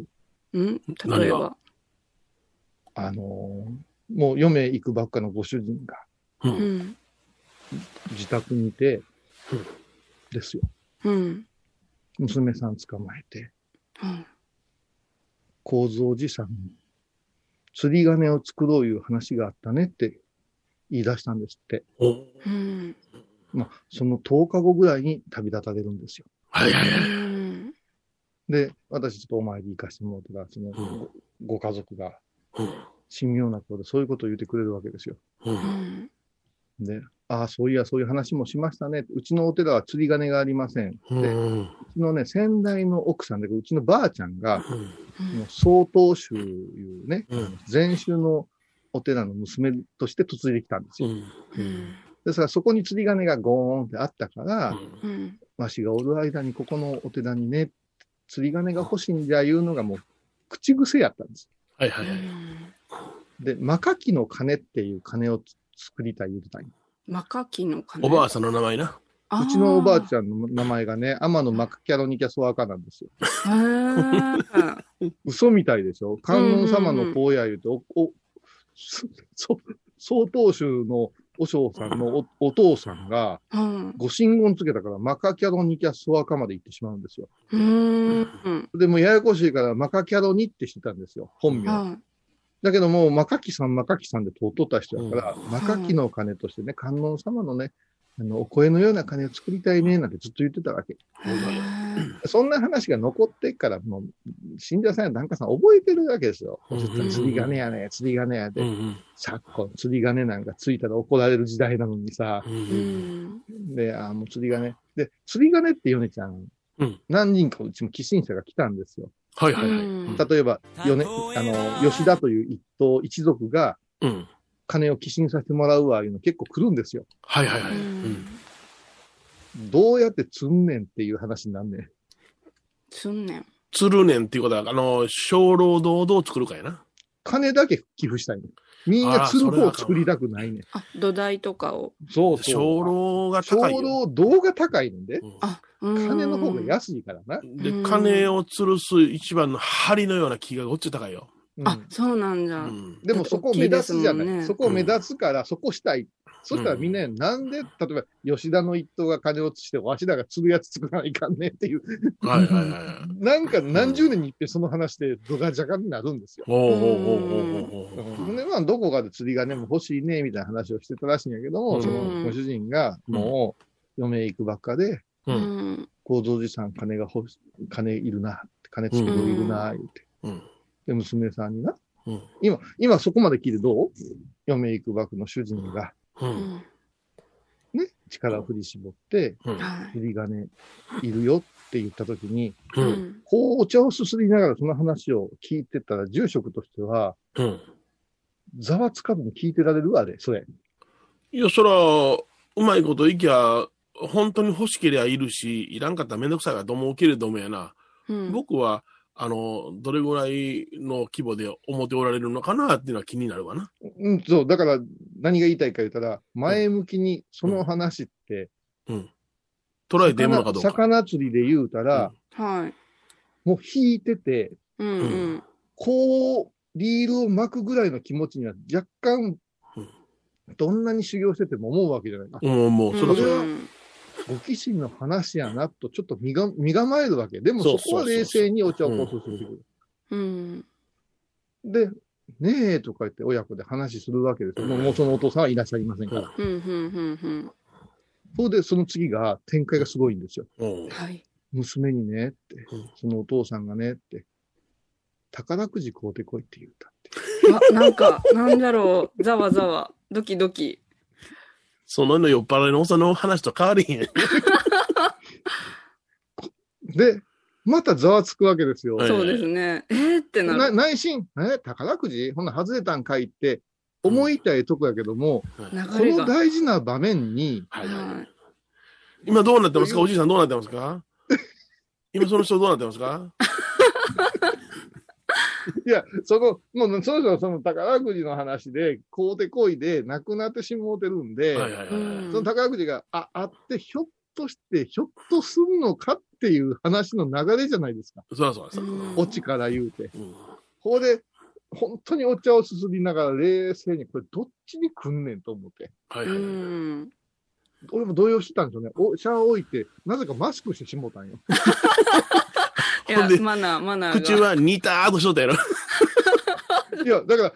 Speaker 2: うん
Speaker 4: 何が
Speaker 2: 例えば。
Speaker 3: あのーもう嫁行くばっかのご主人が
Speaker 4: う
Speaker 2: うんん。
Speaker 3: 自宅にいて
Speaker 4: うん、
Speaker 3: ですよ。
Speaker 2: うん。
Speaker 3: 娘さん捕まえて、
Speaker 2: はい
Speaker 3: 構造寺さんに釣り鐘を作ろういう話があったねって言い出したんですって。
Speaker 4: お
Speaker 2: うん。
Speaker 3: まあ、その10日後ぐらいに旅立たれるんですよ。
Speaker 4: はいはいうはい。
Speaker 2: ん
Speaker 3: で、私ちょっとお参り行かせてもらったら、その、
Speaker 4: うん
Speaker 3: ご家族が
Speaker 4: うん
Speaker 3: 神妙な顔でそういうことを言ってくれるわけですよ。
Speaker 4: う
Speaker 2: うんん
Speaker 3: で、ああ、そういや、そういう話もしましたね。うちのお寺は釣り鐘がありません。
Speaker 4: う
Speaker 3: で、うんちのね、先代の奥さんで、うちのばあちゃんが、
Speaker 4: うん
Speaker 3: もう曹洞宗いうね、
Speaker 4: うん
Speaker 3: 禅宗のお寺の娘として嫁いできたんです
Speaker 4: う
Speaker 3: よ。
Speaker 4: ん
Speaker 2: うん
Speaker 3: ですから、そこに釣り鐘がゴーンってあったから、
Speaker 2: うん
Speaker 3: わしがおる間にここのお寺にね、釣り鐘が欲しいんじゃいうのがもう、口癖やったんです。
Speaker 4: はいはいは
Speaker 2: う
Speaker 4: い。
Speaker 2: ん
Speaker 3: で、マカキの鐘っていう鐘をつ作りたい言うてたんよ
Speaker 2: マカキの鐘
Speaker 4: おばあさんの名前な。
Speaker 2: あー
Speaker 3: うちのおばあちゃんの名前がね、天野マカキャロニキャソワカなんですよ。
Speaker 2: へー
Speaker 3: 嘘みたいでしょ観音様の荒野言うて、お、お、そ、そ曹洞宗の和尚さんのおお父さんが、
Speaker 2: うん
Speaker 3: ご神言つけたから、マカキャロニキャソワカまで行ってしまうんですよ。
Speaker 2: うーん
Speaker 3: で、もうややこしいから、マカキャロニってしてたんですよ、本名。
Speaker 2: はい
Speaker 3: だけどもう、マカキさん、マカキさんで通っとった人やから、マカキの鐘としてね、観音様のね、あの、お声のような鐘を作りたいね、なんてずっと言ってたわけ。
Speaker 2: へー
Speaker 3: そんな話が残ってっから、もう、信者さんや檀家さん覚えてるわけですよ。
Speaker 4: うん
Speaker 3: ずっと釣り鐘やね、釣り鐘やで。
Speaker 4: うん
Speaker 3: 昨今、釣り鐘なんかついたら怒られる時代なのにさ。
Speaker 4: う
Speaker 2: うんん
Speaker 3: で、あーもう釣り鐘。で、釣り鐘ってヨネちゃん、
Speaker 4: うん
Speaker 3: 何人かうちも寄進者が来たんですよ。
Speaker 4: はいはいはい。
Speaker 2: うん
Speaker 3: 例えば、ヨネ、あの、吉田という一党一族が
Speaker 4: うん
Speaker 3: 鐘を寄進させてもらうわ、いうの結構来るんですよ。
Speaker 4: はいはいは
Speaker 2: う
Speaker 4: い。
Speaker 2: ん
Speaker 3: どうやって釣んねんっていう話になんねん。
Speaker 2: すんねん
Speaker 4: つるねんっていうことは、あの、小労働をどう作るかやな。
Speaker 3: 金だけ寄付したいねん。みんな釣る方を作りたくないねん。
Speaker 2: あ土台とかを
Speaker 3: そう
Speaker 4: 小労が
Speaker 3: ちょ
Speaker 4: 高いうよ。
Speaker 3: ど動画高いんで、
Speaker 4: うん
Speaker 2: あ
Speaker 3: 金の方が
Speaker 2: や
Speaker 3: 安いからな。
Speaker 4: で
Speaker 2: う、ん
Speaker 4: 金を吊るす一番の針のような木がごっつい高いよ。
Speaker 3: うん
Speaker 2: あそうなんじ
Speaker 4: う
Speaker 2: ゃ
Speaker 4: ん。
Speaker 3: でもそこを目立つじゃな
Speaker 2: 大きい
Speaker 3: い。
Speaker 2: ですもんね
Speaker 3: そこを目立つから、そこしたい。そしたらみんな、なんで、例えば、吉田の一党が金をつして、わしらが釣るやつ作らないかんねっていう、
Speaker 4: はいはいはいはい。
Speaker 3: なんか何十年に一遍その話で、ドガジャガになるんですよ。
Speaker 4: おうおうおうおうおうおう。
Speaker 3: でまあ、どこかで釣りがね、もう欲しいね、みたいな話をしてたらしいんやけど
Speaker 4: う
Speaker 3: も、
Speaker 4: ん
Speaker 3: そのご主人が、もう、嫁行くばっかで、
Speaker 2: う
Speaker 4: う
Speaker 2: んん
Speaker 3: 構造寺さん金が欲し、金いるな、金作るいるな、言って。
Speaker 4: うん
Speaker 3: で、娘さんにな、
Speaker 4: うん
Speaker 3: 今、今そこまで聞いてどう嫁行くばくの主人が、
Speaker 4: う
Speaker 2: うんん
Speaker 3: ね、力を振り絞って、
Speaker 4: うん
Speaker 2: はい
Speaker 3: 釣り金いるよって言った時に、
Speaker 4: う
Speaker 2: うんん
Speaker 3: こうお茶をすすりながらその話を聞いてたら、住職としては、
Speaker 4: うん。
Speaker 3: ざわつかずに聞いてられるわ、あれ、それ。
Speaker 4: いや、そら、うまいこといきゃ、本当に欲しけりゃいるし、いらんかったらめんどくさいからと思うけれどもやな。
Speaker 2: うん
Speaker 4: 僕は、あの、どれぐらいの規模で思っておられるのかなっていうのは気になるわな。
Speaker 3: うん、そう、だから何が言いたいか言ったら、前向きにその話って
Speaker 4: トライ出物かどうか。
Speaker 3: 魚魚釣りで言うたら、
Speaker 2: はい。
Speaker 3: もう引いてて、
Speaker 2: うんうん。
Speaker 3: こう、リールを巻くぐらいの気持ちには若干
Speaker 4: うん、
Speaker 3: どんなに修行してても思うわけじゃない。あ
Speaker 4: うん、もう、それはそれ。
Speaker 2: うん
Speaker 3: ご鬼神の話やなと、ちょっと身が、身構えるわけ。でも
Speaker 4: そ
Speaker 3: そうこは
Speaker 4: そうそうそう
Speaker 3: 冷静にお茶をこうする
Speaker 2: うん。
Speaker 3: で、ねえとか言って親子で話するわけですよ。もうもうそのお父さんはいらっしゃいませんか
Speaker 4: うん
Speaker 3: ら。
Speaker 2: うん。うん。うん。
Speaker 3: それでその次が展開がすごいんですよ。
Speaker 4: うん。
Speaker 2: はい。
Speaker 3: 娘にねって
Speaker 4: うん、
Speaker 3: そのお父さんがねって、宝くじ買うてこいって言ったって。
Speaker 2: あ、なんか、なんだろう。ざわざわ。ドキドキ。
Speaker 4: そのの酔っ払いのおっさんの話と変わりへん。
Speaker 3: で、またざわつくわけですよ。
Speaker 4: はい
Speaker 2: そうですね。えーってな
Speaker 3: な
Speaker 2: る。
Speaker 3: 内心、え、宝くじほんなら外れたんかいって思いたいとこやけども、
Speaker 2: 流
Speaker 3: こ
Speaker 2: れ
Speaker 3: の
Speaker 2: が。
Speaker 3: 大事な場面に、
Speaker 4: はいはい
Speaker 2: はい
Speaker 4: 今どうなってますかおじいさんどうなってますか今その人どうなってますか
Speaker 3: いや、その、もう、そろそろその宝くじの話で、こうてこいで亡くなってしもうてるんで、
Speaker 4: はいはいはい。
Speaker 2: うん
Speaker 3: その宝くじがああって、ひょっとして、ひょっとすんのかっていう話の流れじゃないですか。
Speaker 4: そらそらそら。
Speaker 2: うん
Speaker 3: オチから言うて。
Speaker 4: うん
Speaker 3: ここで、本当にお茶をすすりながら冷静に、これどっちに来んねんと思って。
Speaker 4: はいうはい。
Speaker 2: ん。
Speaker 3: 俺も動揺してたんですよね。お茶を置いて、なぜかマスクしてしもうたんよ。
Speaker 2: い
Speaker 4: ほん
Speaker 2: や
Speaker 4: で、
Speaker 2: マナー、マナーが。
Speaker 4: 口は似たーっとしとったやろ。
Speaker 3: いや、だから、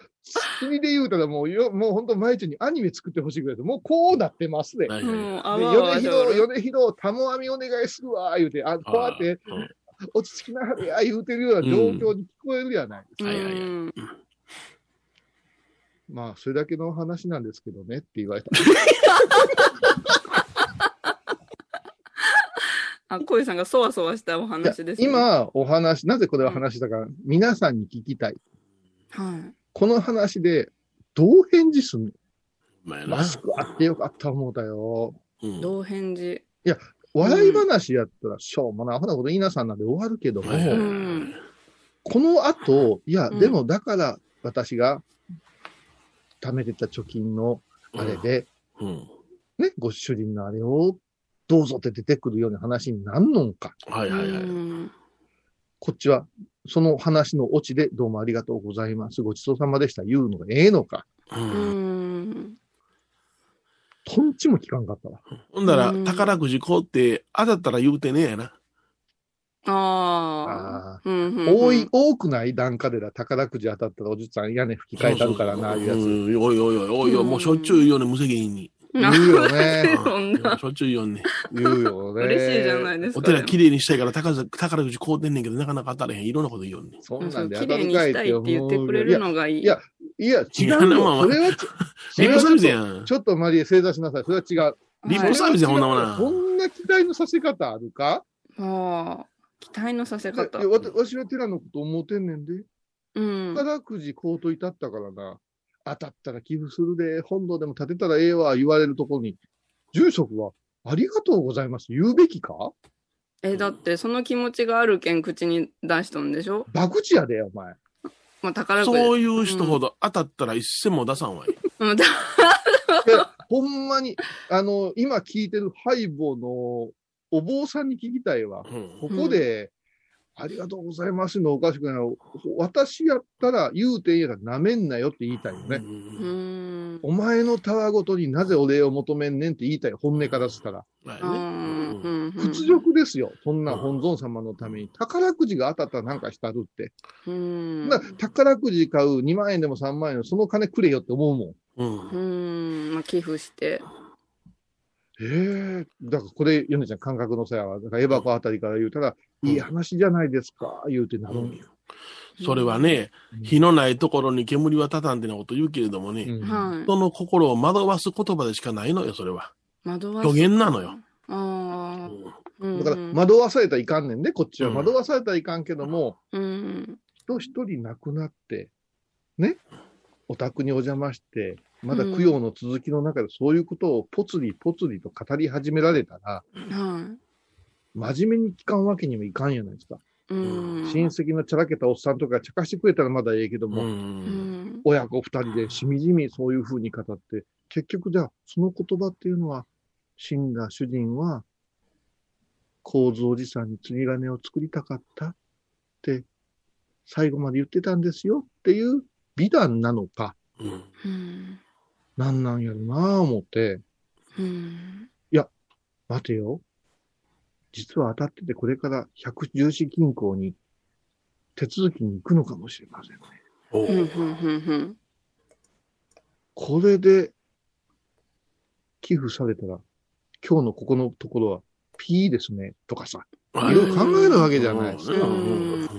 Speaker 3: 君で言うたらもうよ、もう本当、毎日にアニメ作ってほしいぐらいです。もうこうなってますで。
Speaker 4: はいはい
Speaker 2: もう、
Speaker 3: で
Speaker 2: あわあわ
Speaker 3: 米
Speaker 2: しょ
Speaker 3: 広、
Speaker 2: る。
Speaker 3: 米広、たもあみお願いするわ、言うて、あ、こうやって
Speaker 4: あーうん、
Speaker 3: 落ち着きなはれや、言うてるような状況に聞こえるやない。
Speaker 4: はいはいはい
Speaker 2: うん
Speaker 3: まあ、それだけの話なんですけどねって言われた。
Speaker 2: あ、恋さんがそわそわしたお話ですね。
Speaker 3: 今、お話、なぜこれを話したか、皆さんに聞きたい。
Speaker 2: はい。
Speaker 3: この話で、どう返事すんの
Speaker 4: うまいな
Speaker 3: マ。スクあってよかった思うたよ。
Speaker 4: うん
Speaker 2: どう返事。
Speaker 3: 笑い話やったら、しょうもない、アホなこと言いなさんなんで終わるけども、
Speaker 4: はいはいはい
Speaker 2: うん
Speaker 3: この後、いや、
Speaker 2: うん
Speaker 3: でもだから私が貯めてた貯金のあれで、
Speaker 4: うん
Speaker 3: ね、ご主人のあれをどうぞって出てくるような話になんのんか。
Speaker 4: はいはいは
Speaker 2: う
Speaker 4: い。
Speaker 2: ん
Speaker 3: こっちは、その話のオチでどうもありがとうございます。ごちそうさまでした。言うのがええのか。
Speaker 4: う
Speaker 2: うんん。
Speaker 3: とんちも聞かんかったわ。
Speaker 4: ほんだら
Speaker 2: うん、
Speaker 4: 宝くじ買うて、当たったら言うてねえやな。
Speaker 2: ああ。
Speaker 3: ああ。
Speaker 2: うんうんうん
Speaker 3: 多い、多くない段階でだ宝くじ当たったらおじさん屋根吹き替えたるからな、ああ
Speaker 4: う
Speaker 3: い
Speaker 4: ん
Speaker 3: うやつ。
Speaker 4: おいおいおいおいおい、もうしょっちゅう言うよね、無責任に。
Speaker 2: な
Speaker 3: 言うよね。
Speaker 2: そんな
Speaker 4: うしょっちゅう言うよね。
Speaker 3: 言うよね。
Speaker 2: 嬉しいじゃないですか。
Speaker 4: お寺きれいにしたいから宝くじ宝くじ買うてんねんけど、なかなか当たれへん。いろんなこと言うよね。
Speaker 3: そ
Speaker 2: うんん
Speaker 3: な
Speaker 2: そ
Speaker 3: ん
Speaker 2: う
Speaker 3: で
Speaker 2: 綺
Speaker 3: 当た
Speaker 2: 麗
Speaker 3: る
Speaker 2: に
Speaker 3: かい
Speaker 2: し
Speaker 3: った
Speaker 2: い
Speaker 3: て
Speaker 2: って
Speaker 3: 思う
Speaker 2: 言ってくれるのがい
Speaker 3: い
Speaker 2: い。
Speaker 3: やいや、違う よ。
Speaker 4: 違うなお
Speaker 3: それ
Speaker 4: 前
Speaker 3: は、そ
Speaker 4: リ
Speaker 3: れ
Speaker 4: ップ
Speaker 3: は
Speaker 4: サ
Speaker 3: ちょ
Speaker 4: ービ
Speaker 3: っ
Speaker 4: ス
Speaker 3: と
Speaker 4: やん。
Speaker 3: ちょっとマリエ正座しなさい。それは違う。
Speaker 4: リップサービスやん、ほんなもんな。
Speaker 3: そんな期待のさせ方あるか
Speaker 2: ああ。期待のさせ
Speaker 3: いや
Speaker 2: 方。
Speaker 3: わたわしは寺のこと思うてんねんで。
Speaker 2: うん。
Speaker 3: 宝くじ買うといたったからな。当たったら寄付するで、本堂でも建てたらええわ、言われるところに、住職は、ありがとうございます、言うべきか
Speaker 2: え、だってその気持ちがあるけん口に出しとんでしょ
Speaker 3: 博打やで、お前。
Speaker 2: まあ宝くじ。
Speaker 4: そういう人ほど当たったら一銭も出さんわい。
Speaker 2: うんだ
Speaker 3: いやほんまに、あの、今聞いてるハイボーのお坊さんに聞きたいわ。
Speaker 4: う
Speaker 3: こ
Speaker 4: ん
Speaker 3: こで、ありがとうございますのおかしくないの。私やったら、言うてんやらなめんなよって言いたいよ
Speaker 4: う
Speaker 3: ね。
Speaker 2: うんん。
Speaker 3: お前のたわごとになぜお礼を求めんねんって言いたい。本音からしたら。
Speaker 4: はい
Speaker 2: あーう
Speaker 4: ね
Speaker 2: ん。
Speaker 3: 屈辱ですよ。そんな本尊様のために。宝くじが当たったらなんかしたるって。
Speaker 2: うん。
Speaker 3: だから宝くじ買う2万円でも3万円でもその金くれよって思うもん。
Speaker 4: うん
Speaker 2: うん。まあ寄付して。
Speaker 3: ええだからこれ、ヨネちゃん感覚のさやわ。だからエバコあたりから言うたら、
Speaker 4: うん
Speaker 3: いい話じゃないですか、言うてなるんよ。
Speaker 4: それはね
Speaker 3: うん、
Speaker 4: 火のないところに煙は立たんってなこと言うけれどもね、
Speaker 3: うん
Speaker 2: はい。
Speaker 4: 人の心を惑わす言葉でしかないのよ、それは。
Speaker 2: 惑わす
Speaker 4: 虚言なのよ。。
Speaker 2: ああ。
Speaker 3: だから
Speaker 2: うんうん
Speaker 3: 惑わされたらいかんねんね、こっちは。
Speaker 4: うん
Speaker 3: 惑わされたらいかんけども、
Speaker 2: うん。
Speaker 3: 人一人亡くなって、ね、お宅にお邪魔して、まだ供養の続きの中でそういうことをぽつりぽつりと語り始められたら、
Speaker 2: は
Speaker 3: 真面目に聞かんわけにもいかんやないですか。
Speaker 2: い。うん。
Speaker 3: 親戚のちゃらけたおっさんとか茶化してくれたらまだええけど
Speaker 4: う
Speaker 3: も、
Speaker 2: うんん。
Speaker 3: 親子二人でしみじみそういうふうに語って、結局じゃあ、その言葉っていうのは、死んだ主人は、構図おじさんに釣り鐘を作りたかったって、最後まで言ってたんですよっていう美談なのか、
Speaker 4: うん。
Speaker 2: うん。
Speaker 3: なんなんやろなぁ思って、
Speaker 2: うん。
Speaker 3: 待てよ。実は当たっててこれから百十四銀行に手続きに行くのかもしれませんね。
Speaker 4: おう
Speaker 2: うん。うん。
Speaker 3: これで寄付されたら、今日のここのところは P ですね、とかさ、
Speaker 4: はいい
Speaker 3: ろいろ考えるわけじゃないです
Speaker 4: う
Speaker 3: か。
Speaker 4: んうん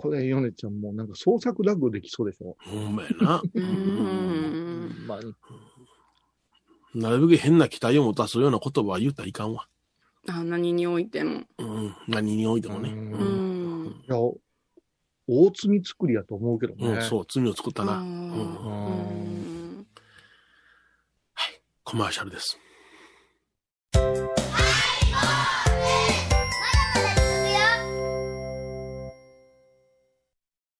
Speaker 3: これ、ヨネちゃんもうなんか創作ラグできそうでしょ。
Speaker 4: ほんまやな。
Speaker 2: う
Speaker 4: うん
Speaker 2: ん。
Speaker 3: まあ、
Speaker 4: なるべく変な期待を持たすような言葉は言うたらいかんわ。
Speaker 2: あ、何においても。
Speaker 4: うん。何においてもね。
Speaker 3: うん
Speaker 2: う
Speaker 4: うん
Speaker 2: ん。
Speaker 3: いや、大罪作りやと思うけど
Speaker 4: う
Speaker 3: ね。
Speaker 4: ん、そう、罪を作った
Speaker 2: あ
Speaker 4: な。
Speaker 2: ー
Speaker 4: うん
Speaker 2: うん。
Speaker 4: コマーシャルです。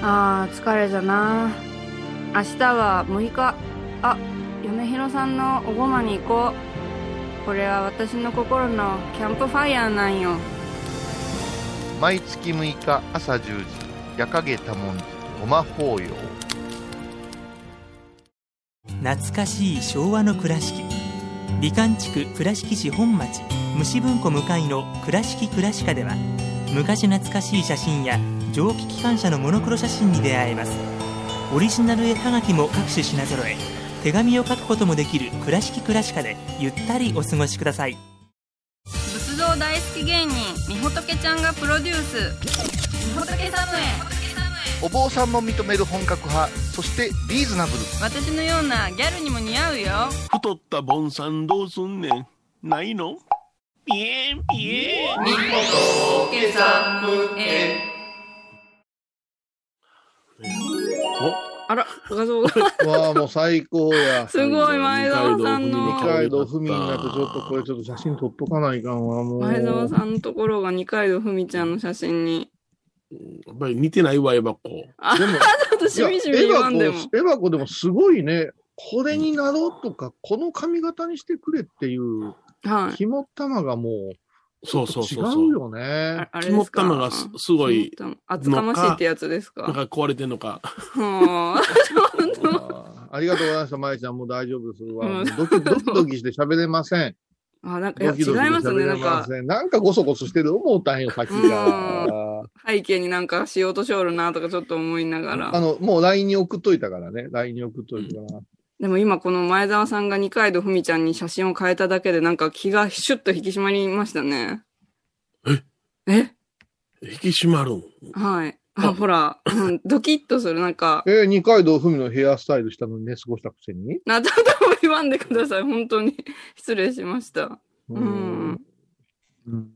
Speaker 2: あー疲れたな明日は6日あ嫁ひろさんのおごまに行こうこれは私の心のキャンプファイヤーなんよ
Speaker 5: 毎月6日朝10時夜影多聞寺ごま法要
Speaker 6: 懐かしい昭和の倉敷美観地区倉敷市本町虫文庫向かいの「倉敷倉敷科」では昔懐かしい写真や蒸気機関車のモノクロ写真に出会えますオリジナル絵はがきも各種品揃え手紙を書くこともできる「倉敷倉敷科」でゆったりお過ごしください
Speaker 2: 仏像大好き芸人みほとけちゃんがプロデュースみほとけサムへ
Speaker 5: お坊さんも認める本格派そしてリーズナブル
Speaker 2: 私のようなギャルにも似合うよ
Speaker 4: 太ったボンさんどうすんねん。ないのピエンピエン。
Speaker 2: おけさむへあら画像が。
Speaker 3: わあ、もう最高や
Speaker 2: すごい前澤さん
Speaker 3: 北
Speaker 2: の
Speaker 3: 海道府民になって、ちょっとこれちょっと写真撮っとかないかんわ、もう。
Speaker 2: 前澤さんのところが二階堂ふみちゃんの写真に
Speaker 4: やっぱり似てないわ、エバコ。
Speaker 3: で も、
Speaker 2: ちょっとしみしみ
Speaker 3: いや
Speaker 2: 言わんで
Speaker 3: エ
Speaker 2: も
Speaker 3: バコ、エバコでもすごいね。これになろうとか、この髪型にしてくれっていう、
Speaker 2: はい
Speaker 3: 肝っ玉がも、
Speaker 4: そううそう
Speaker 3: 違
Speaker 4: そうそう。
Speaker 3: うよね
Speaker 2: あ。あれ
Speaker 4: 肝
Speaker 2: で
Speaker 4: っ
Speaker 2: すか
Speaker 4: 玉がすすごい、
Speaker 2: 肝っ玉厚かましいってやつです
Speaker 4: なん
Speaker 2: か
Speaker 4: か壊れてんのか。
Speaker 2: もう
Speaker 3: あーありがとうございました、まゆちゃん。もう大丈夫ですわ。
Speaker 2: うん
Speaker 3: もうドキドキドキして喋れません。
Speaker 2: あ なんかいや
Speaker 3: ドキドキして
Speaker 2: 違います
Speaker 3: 喋
Speaker 2: ね
Speaker 3: れ
Speaker 2: なん
Speaker 3: ま
Speaker 2: か
Speaker 3: せん。なんかごそごそしてる思うたんよ、先が。
Speaker 2: 背景になんかしようとしおるなとかちょっと思いなが
Speaker 3: あ
Speaker 2: ら
Speaker 3: の、もう LINE に送っといたからね。LINE に送っといたから。
Speaker 2: でも今この前澤さんが二階堂ふみちゃんに写真を変えただけでなんか気がシュッと引き締まりましたねえ
Speaker 4: 引き締まるん。
Speaker 2: はいあ
Speaker 4: あ
Speaker 2: ほら、うんドキッとするなんか
Speaker 3: えー、二階堂ふみのヘアスタイルしたのにね、過ごしたくせに。
Speaker 2: なちょっと言わんでください本当に失礼しましたうん
Speaker 3: うん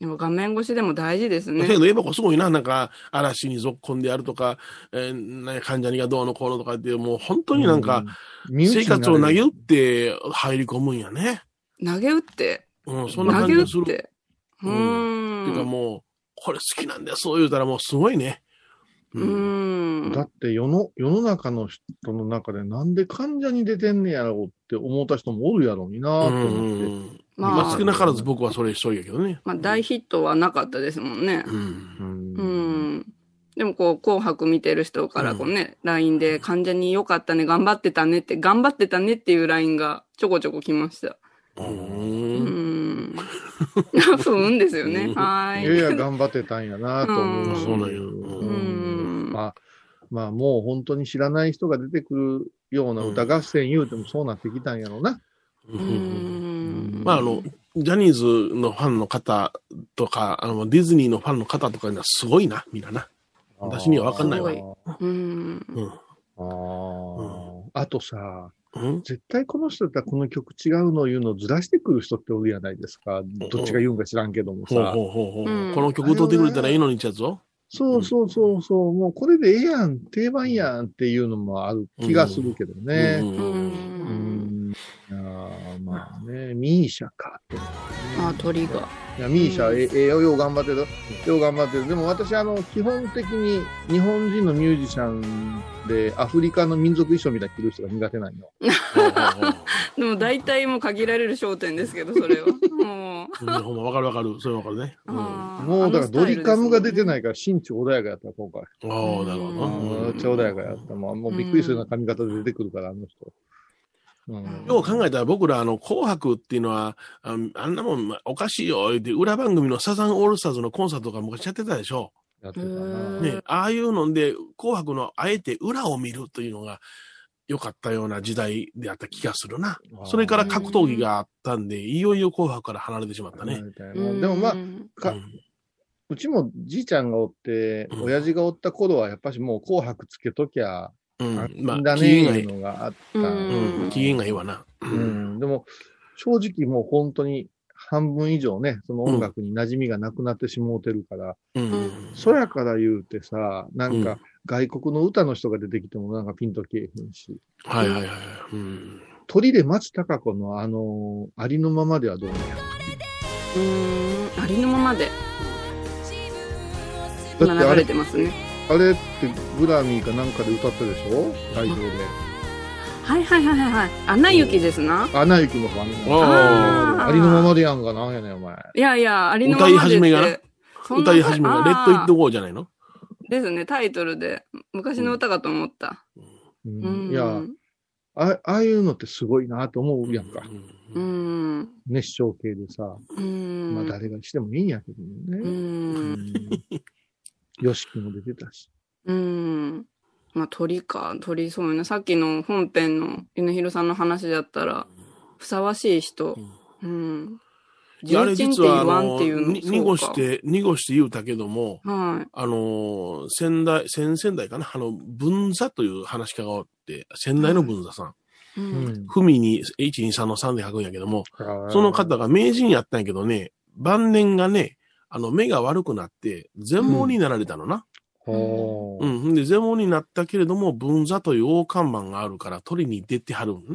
Speaker 2: でも画面越しでも大事です
Speaker 4: だ
Speaker 2: ね
Speaker 4: けど、エバコすごいな。なんか、嵐に続婚であるとか、えー、なんや患者にがどうのこうのとかって、もう本当になんか、
Speaker 3: うん、身内
Speaker 4: 生
Speaker 3: になれる
Speaker 4: 活を投げ打って入り込むんやね。
Speaker 2: 投げ打って
Speaker 4: うん、そんな
Speaker 2: 投
Speaker 4: 感
Speaker 2: げ打
Speaker 4: じが
Speaker 2: っ
Speaker 4: する。
Speaker 2: てう
Speaker 4: うていうか
Speaker 2: ーん
Speaker 4: もう、これ好きなんだよ、そう言うたらもうすごいね。
Speaker 2: う
Speaker 4: うん。
Speaker 2: ん
Speaker 3: だって世の世の中の人の中でなんで患者に出てんねやろうって思った人もおるやろうになと
Speaker 4: うん
Speaker 3: 思って。
Speaker 4: ま
Speaker 2: ま
Speaker 4: あ、
Speaker 2: あ
Speaker 4: 少なからず僕はそれ一人やけどね。
Speaker 2: まあ大ヒットはなかったですもんね。
Speaker 4: うん。
Speaker 2: うんん。でもこう、紅白見てる人からこうね、LINE で患者に良かったね、頑張ってたねって、頑張ってたねっていう LINE がちょこちょこ来ました。
Speaker 4: う。
Speaker 2: うんん。不運ですよね。はいー
Speaker 3: やいや、
Speaker 2: い。
Speaker 3: 頑張ってたんやなと思います。
Speaker 4: うんそうなんや
Speaker 3: う
Speaker 2: うん
Speaker 3: まあ、まあ、もう本当に知らない人が出てくるような歌合戦言うてもそうなってきたんやろうな。
Speaker 4: う
Speaker 2: うんん。
Speaker 4: まあ、あの、ジャニーズのファンの方とか、あの、ディズニーのファンの方とかにはすごいな、みんなな。私には分かんないわ
Speaker 3: あー
Speaker 2: うん。
Speaker 4: うん。
Speaker 3: あーあとさ、
Speaker 4: うん
Speaker 3: 絶対この人だったらこの曲違うのを言うのをずらしてくる人っておるやないですか。どっちが言うんか知らんけども
Speaker 4: ほう
Speaker 3: さ。
Speaker 4: ほうほうほう。
Speaker 2: うん
Speaker 4: この曲歌ってくれたらいいのにってやつを
Speaker 3: そうそうそうそう、もうこれでええやん、定番やんっていうのもある気がするけど
Speaker 4: う
Speaker 3: ね。
Speaker 4: ん
Speaker 2: う。
Speaker 4: うんうん
Speaker 3: うんん。いやーまあね、ミーシャかと。
Speaker 2: あ、鳥が。
Speaker 3: いや、ミーシャ、えええよ、よう頑張ってる。よう頑張ってる。でも私、あの、基本的に日本人のミュージシャンでアフリカの民族衣装みたいに着る人が苦手なんよ。
Speaker 4: ほうほうほ
Speaker 2: でも大体もう限られる焦点ですけど、それは。もう。
Speaker 4: ううんほんまわかるわかる。それわかるね。うんあ
Speaker 2: あー。
Speaker 3: もう、だからドリカムが出てないいから、身長穏やかやった、今回。
Speaker 4: あー、なるほどな。
Speaker 3: め
Speaker 4: う
Speaker 3: っ
Speaker 4: ん
Speaker 3: ちゃ穏やかやった。もうもうびっくりするような髪型で出てくるから、あの人。うん
Speaker 4: よう考えたら僕らあの紅白っていうのはああんなもんまあおかしいよ言うて裏番組のサザンオールスターズのコンサートとか昔やってたでしょ、
Speaker 3: やってた
Speaker 2: うん
Speaker 3: な。
Speaker 4: ね、ああいうので紅白のあえて裏を見るというのが良かったような時代であった気がするな
Speaker 3: あー
Speaker 4: それから格闘技があったんでいよいよ紅白から離れてしまったね、
Speaker 3: みたい
Speaker 2: うん
Speaker 3: なでもまあ
Speaker 2: う、ん
Speaker 3: か
Speaker 4: うん
Speaker 3: うちもじいちゃんがおって
Speaker 4: う、ん
Speaker 3: 親父がおった頃は、やっぱしもう紅白つけときゃ、
Speaker 4: うん
Speaker 3: あ
Speaker 4: ま
Speaker 3: だ
Speaker 4: あ
Speaker 3: ね
Speaker 4: 機嫌が
Speaker 3: ー
Speaker 4: い
Speaker 3: いう
Speaker 4: い、
Speaker 3: のがあった。
Speaker 2: うん
Speaker 4: うん、機嫌がいいわな、
Speaker 3: うんでも、正直もう本当に半分以上ね、その音楽に馴染みがなくなってしもうてるから、
Speaker 4: うん
Speaker 2: うん
Speaker 3: そやから言うてさ、なん
Speaker 4: うん
Speaker 3: か外国の歌の人が出てきてもなんかピンとけえへんし、
Speaker 4: はいはいはい、うん、
Speaker 3: 鳥で松たか子のあのーありのままではどうなんや。
Speaker 2: うんありのままで。
Speaker 3: だって
Speaker 2: 今
Speaker 3: あ
Speaker 2: 流れ
Speaker 3: れ
Speaker 2: て、ますね。
Speaker 3: あれってグラミーかなんかで歌ったでしょ会場で。
Speaker 2: はいはいはいはいはい。アナ雪ですな。
Speaker 3: アナ雪のファン。
Speaker 2: あー
Speaker 3: ありのままでやんかなんやねん、お前。
Speaker 2: いやいや、ありのままでって。
Speaker 4: 歌い始めがな
Speaker 2: そんな
Speaker 4: 歌い始めが「レッド・イット・ゴー」じゃないの
Speaker 2: あーですね、タイトルで。昔の歌かと思った。
Speaker 3: うん
Speaker 2: うん。
Speaker 3: いや、あああいうのってすごいなと思うやんか。
Speaker 4: うん
Speaker 2: うん。
Speaker 3: 熱唱系でさ、
Speaker 2: うん。
Speaker 3: まあ誰がしてもいいんやけどね。
Speaker 2: うん。
Speaker 3: よしきも出てたし。
Speaker 2: うん。まあ鳥か、鳥そうよね。さっきの本編の犬ひろさんの話だったら、ふさわしい人。うん。
Speaker 4: いやあれ
Speaker 2: 重鎮って
Speaker 4: 実
Speaker 2: 言
Speaker 4: はあ
Speaker 2: わんっ
Speaker 4: の
Speaker 2: ていうの。
Speaker 4: に
Speaker 2: そうか
Speaker 4: 濁し。て濁して言うたけども
Speaker 2: はい。
Speaker 4: あのー先代先々代かなあの文座という話し家がおって先代の文座さん、
Speaker 2: うん。
Speaker 4: 文に123の3で書くんやけどもそ
Speaker 3: そ
Speaker 4: の方が名人やったんやけどね晩年がねあの目が悪くなって全盲になられたのな、
Speaker 3: ほ
Speaker 4: うんんで全盲になったけれども文座という大看板があるから取りに出てはるのね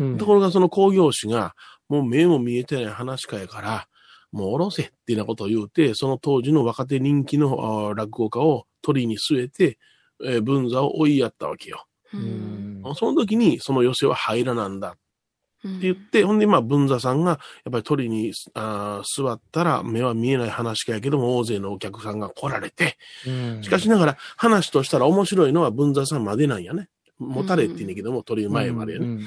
Speaker 3: う
Speaker 4: と
Speaker 3: ん
Speaker 4: ころがその工業士が、もう目も見えてない話かやから、もうおろせっていうようなことを言うて、その当時の若手人気のあー落語家を鳥に据えて、えー文座を追いやったわけよ。
Speaker 3: うん
Speaker 4: その時にその寄せは入らなんだ
Speaker 2: うん
Speaker 4: って言って、ほんでまあ文座さんがやっぱり鳥にあー座ったら目は見えない話かやけども大勢のお客さんが来られて、しかしながら話としたら面白いのは文座さんまでなんやね。持たれって言うんだけども、鳥前までね。
Speaker 3: うんうん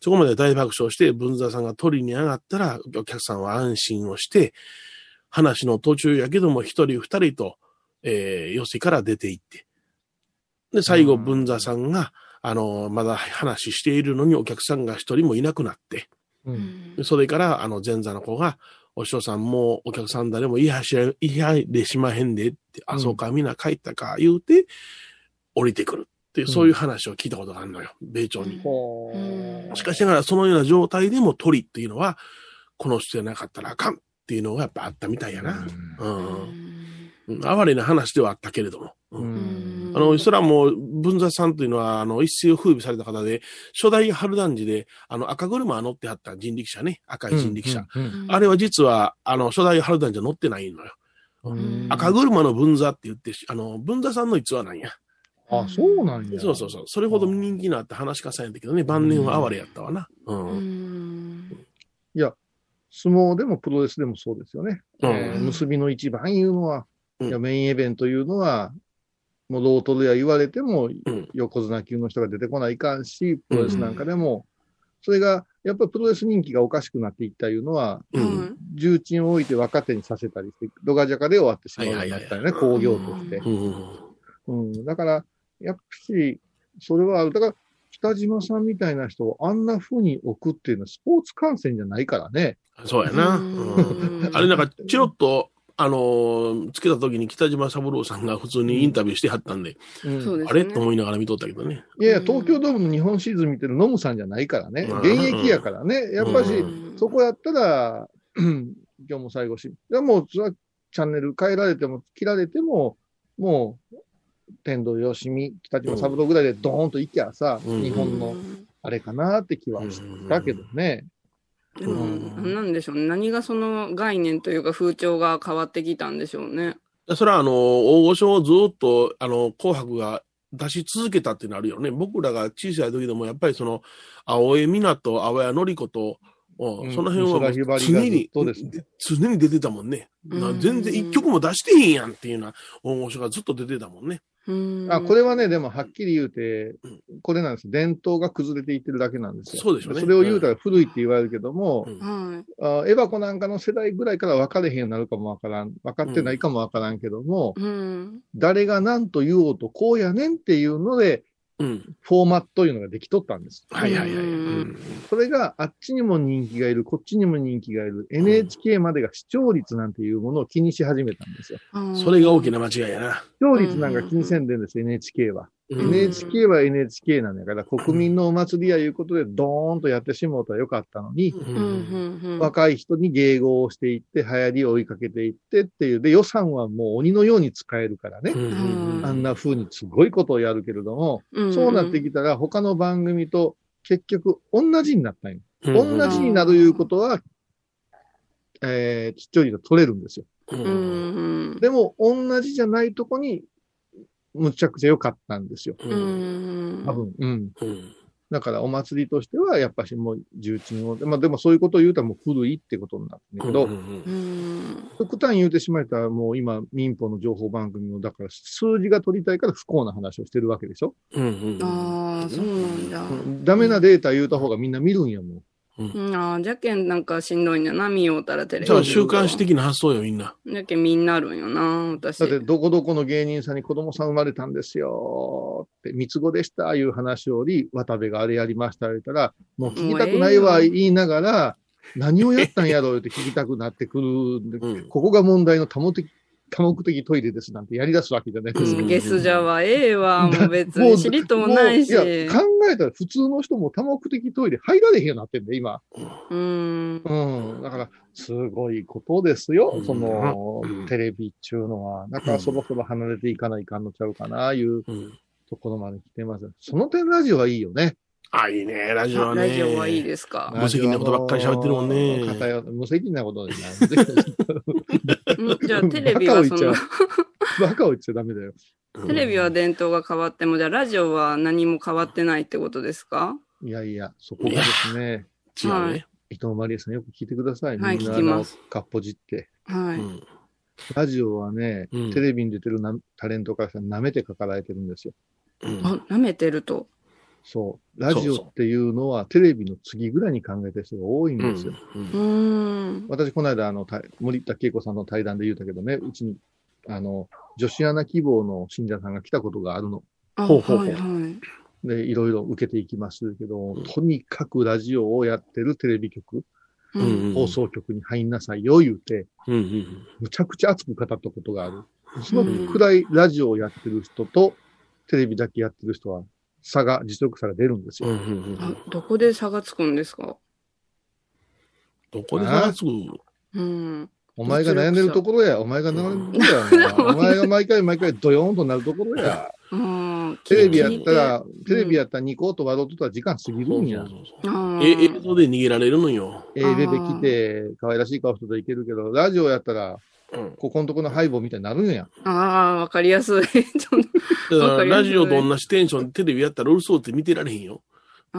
Speaker 4: そこまで大爆笑して、文座さんが取りに上がったら、お客さんは安心をして、話の途中やけども、一人二人と、えー、寄席から出て行って。で、最後、
Speaker 3: うん
Speaker 4: 文座さんが、あの、まだ話しているのにお客さんが一人もいなくなって、
Speaker 3: うんうん
Speaker 4: でそれから、あの、前座の子が、お師匠さんもうお客さん誰もいはしゃ、いはれしまへんでって、あ、そうか、みんな帰ったか、言うて、降りてくるっていう、そういう話を聞いたことがあるのよ、米朝に。
Speaker 3: ほう
Speaker 4: しかしながらそのような状態でも鳥っていうのは、この人じゃなかったらあかんっていうのがやっぱあったみたいやな。うん。うん哀れな話ではあったけれども。う
Speaker 3: うんん
Speaker 4: あの、それはもう、文座さんというのは、あの、一世を風靡された方で、初代春団寺で、あの、赤車乗ってはった人力車ね、赤い人力車。。
Speaker 3: うん
Speaker 4: あれは実は、あの、初代春団寺乗ってないのよ。
Speaker 3: うん
Speaker 4: 赤車の文座って言って、あの、文座さんの逸話なんや。
Speaker 3: あ、そうなんや。
Speaker 4: そうそうそう。それほど人気のあった話し家さんやったけどね、晩年は哀れやったわな。うん。
Speaker 3: 相撲でもプロレスでもそうですよね。
Speaker 4: うん
Speaker 3: えー結びの一番いうのは、
Speaker 4: うん
Speaker 3: いやメインイベントいうのは、もうロートでは言われても
Speaker 4: ん、
Speaker 3: 横綱級の人が出てこないかんし、プロレスなんかでも、それが、やっぱりプロレス人気がおかしくなっていったいうのは、
Speaker 4: うん
Speaker 3: 重鎮を置いて若手にさせたりして、ドガジャカで終わってしまうようになったよね、
Speaker 4: はいはいは
Speaker 3: 工
Speaker 4: い
Speaker 3: 業として。
Speaker 4: うん
Speaker 3: うん、だから、やっぱり、それはある、だから、北島さんみたいな人をあんな風に置くっていうのはスポーツ観戦じゃないからね。
Speaker 4: そうやな。うんあれなんか、チロッと、あのーつけた時に北島三郎さんが普通にインタビューしてはったんで、
Speaker 3: うん
Speaker 2: そうです
Speaker 4: あ
Speaker 2: ね。
Speaker 4: れと思いながら見とったけどね。
Speaker 3: いやいや、東京ドームの日本シリーズ見てるノムさんじゃないからね
Speaker 4: うん。
Speaker 3: 現役やからね。やっぱ
Speaker 4: う
Speaker 3: し、
Speaker 2: ん
Speaker 3: そこやったら、 今日も最後し、いやもう、それはチャンネル変えられても、切られても、もう、天童よしみ、北島三郎ぐらいでドーンと行きゃさ、
Speaker 4: うん
Speaker 3: 日本のあれかなって気はしたけどね。
Speaker 2: でも、
Speaker 4: うん
Speaker 2: なんなんでしょうね。何がその概念というか風潮が変わってきたんでしょうね。
Speaker 4: それはあのー大御所をずっと、あのー紅白が出し続けたってなるよね。僕らが小さい時でも、やっぱりその、青江湊と青谷紀子と、う
Speaker 3: う
Speaker 4: ん
Speaker 3: ん
Speaker 4: その辺はもう
Speaker 3: 美空ひば
Speaker 4: 常
Speaker 3: り
Speaker 4: に、
Speaker 3: がずっとですね
Speaker 4: 常に出てたもんね。な
Speaker 2: うん
Speaker 4: 全然一曲も出してへんやんっていうような大御所がずっと出てたもんね。
Speaker 2: うん
Speaker 3: あこれはね、でもはっきり言うて、これなんです。伝統が崩れていってるだけなんですよ。
Speaker 4: そうでしょうね
Speaker 3: それを言うたら古いって言われるけども、
Speaker 4: うん
Speaker 2: は
Speaker 3: あエバコなんかの世代ぐらいから分かれへんようになるかも分からん。分かってないかも分からんけども、
Speaker 2: い。うん。
Speaker 3: 誰が何と言おうとこうやねんっていうので、
Speaker 4: うん。
Speaker 3: フォーマットいうのができとったんです。
Speaker 4: はいはいはい。
Speaker 2: う
Speaker 4: うんん。
Speaker 3: それがあっちにも人気がいる、こっちにも人気がいる、NHK までが視聴率なんていうものを気にし始めたんですよ。
Speaker 2: うん
Speaker 4: それが大きな間違いやな。
Speaker 3: 視聴率なんか気にせんでんです、NHK は。
Speaker 4: うん
Speaker 3: NHK は NHK なんだから、国民のお祭りやいうことでドーンとやってしもうたらよかったのに、
Speaker 4: う
Speaker 2: うんう
Speaker 4: ん
Speaker 2: んうん
Speaker 3: 若い人に迎合をしていって、流行りを追いかけていってっていう。で、予算はもう鬼のように使えるからね
Speaker 4: う。ん
Speaker 3: あんな風にすごいことをやるけれども、
Speaker 2: うん
Speaker 3: そうなってきたら他の番組と結局同じになったんよ。
Speaker 4: うん
Speaker 3: 同じになるいうことは、えー、視聴率が取れるんですよ。
Speaker 4: う
Speaker 2: うんん
Speaker 3: でも、同じじゃないとこに、むちゃくちゃ良かったんですよ。
Speaker 2: うんうん
Speaker 3: 多分。うん。
Speaker 4: うん
Speaker 3: だから、お祭りとしては、やっぱしもう重鎮を。まあ、でもそういうことを言うたらもう古いってことになってんだけど、
Speaker 4: うん
Speaker 2: うん
Speaker 3: 極端に言うてしまえたら、もう今、民法の情報番組の、だから数字が取りたいから不幸な話をしてるわけでしょ、
Speaker 4: うん
Speaker 2: ああそうなんだ
Speaker 3: ダメなデータ言うた方がみんな見るんやもん。
Speaker 2: うんあーじゃけんなんかしんどいんやな見ようたらテレビ
Speaker 4: じゃあ週刊誌的な発想よ、みんな。
Speaker 2: じゃけんみんなあるんよな私
Speaker 3: だって、どこどこの芸人さんに子供さん生まれたんですよって、三つ子でした、いう話より、渡部があれやりました、言ったら、もう聞きたくない
Speaker 2: もう
Speaker 3: わ、
Speaker 2: ええよ
Speaker 3: 言いながら、何をやったんやろうって聞きたくなってくるんで、
Speaker 4: うん
Speaker 3: ここが問題の多目的、多目的トイレですなんてやり出すわけじゃないですか。
Speaker 2: ゲスじゃはええわもう別に知りともないし
Speaker 3: もういや、考えたら普通の人も多目的トイレ入られへんようになってんで、今。
Speaker 2: うん
Speaker 3: うん。だから、すごいことですよ
Speaker 4: う。ん
Speaker 3: その
Speaker 4: うん、
Speaker 3: テレビっちゅうのは。だからそろそろ離れていかないかんのちゃうかな、いう
Speaker 4: うん
Speaker 3: ところまで来てます。その点ラジオはいいよね。
Speaker 4: あ、いいね、ラジオはね。
Speaker 2: ラジオはいいですか
Speaker 4: 無責任なことばっかり喋ってるもんね
Speaker 3: ラジオの偏無責任なことでな
Speaker 2: うん じゃあ
Speaker 3: い。
Speaker 2: テレビはそ
Speaker 3: バカを言っちゃ
Speaker 2: の
Speaker 3: う。 バカを言っちゃダメだよ。
Speaker 4: うん
Speaker 2: テレビは伝統が変わってもじゃあラジオは何も変わってないってことですか
Speaker 3: いやいや、そこがですね、
Speaker 4: 違うね。
Speaker 3: 伊藤マリエさんよく聞いてください。
Speaker 2: はい
Speaker 3: みんな
Speaker 2: 聞きま
Speaker 3: の
Speaker 2: す
Speaker 3: かっぽじって。
Speaker 2: は
Speaker 4: う
Speaker 2: い
Speaker 4: ん
Speaker 3: ラジオはね、
Speaker 4: うん
Speaker 3: テレビに出てるなタレントからしたら舐めて書かられてるんですよ。
Speaker 4: うん
Speaker 2: あ舐めてると
Speaker 3: そう。ラジオっていうのはテレビの次ぐらいに考えてる人が多いんですよ。
Speaker 2: うーん
Speaker 3: 私、この間、あの、た森田恵子さんの対談で言うたけどね、うちに、あの、女子アナ希望の信者さんが来たことがあるの。
Speaker 2: あ
Speaker 4: ほうほうほう
Speaker 2: はいはい
Speaker 3: で、いろいろ受けていきますけど、とにかくラジオをやってるテレビ局、
Speaker 2: う
Speaker 4: うんん
Speaker 3: 放送局に入んなさいよ、言うて、
Speaker 4: うんうん
Speaker 3: むちゃくちゃ熱く語ったことがある。そのくらいラジオをやってる人と、テレビだけやってる人は、差が、実力差が出るんです
Speaker 4: うんう
Speaker 3: よ。
Speaker 4: んうんう
Speaker 2: あ
Speaker 4: ん
Speaker 2: どこで差がつくんですか
Speaker 4: どこで探すう
Speaker 2: うん
Speaker 3: お前が悩んでるところや、お前が悩んでるところや、お前が毎回毎回ドヨーンとなるところや。
Speaker 2: うん
Speaker 3: テレビやったら、
Speaker 2: て
Speaker 3: テレビやったらニコーと笑うとったら時間過ぎるんや。
Speaker 2: あー
Speaker 4: え、映像で逃げられるのよ。
Speaker 3: ええ出てきて、可愛らしい顔してたらいけるけど、ラジオやったら、
Speaker 4: うん
Speaker 3: ここのとこのハイボーみたいになるんや。
Speaker 2: ああ、わかりやすい。 ちょっと
Speaker 4: だか
Speaker 2: わからりやすい
Speaker 4: ラジオと同じテンションでテレビやったらうるそうって見てられへんよ。
Speaker 2: あ
Speaker 4: う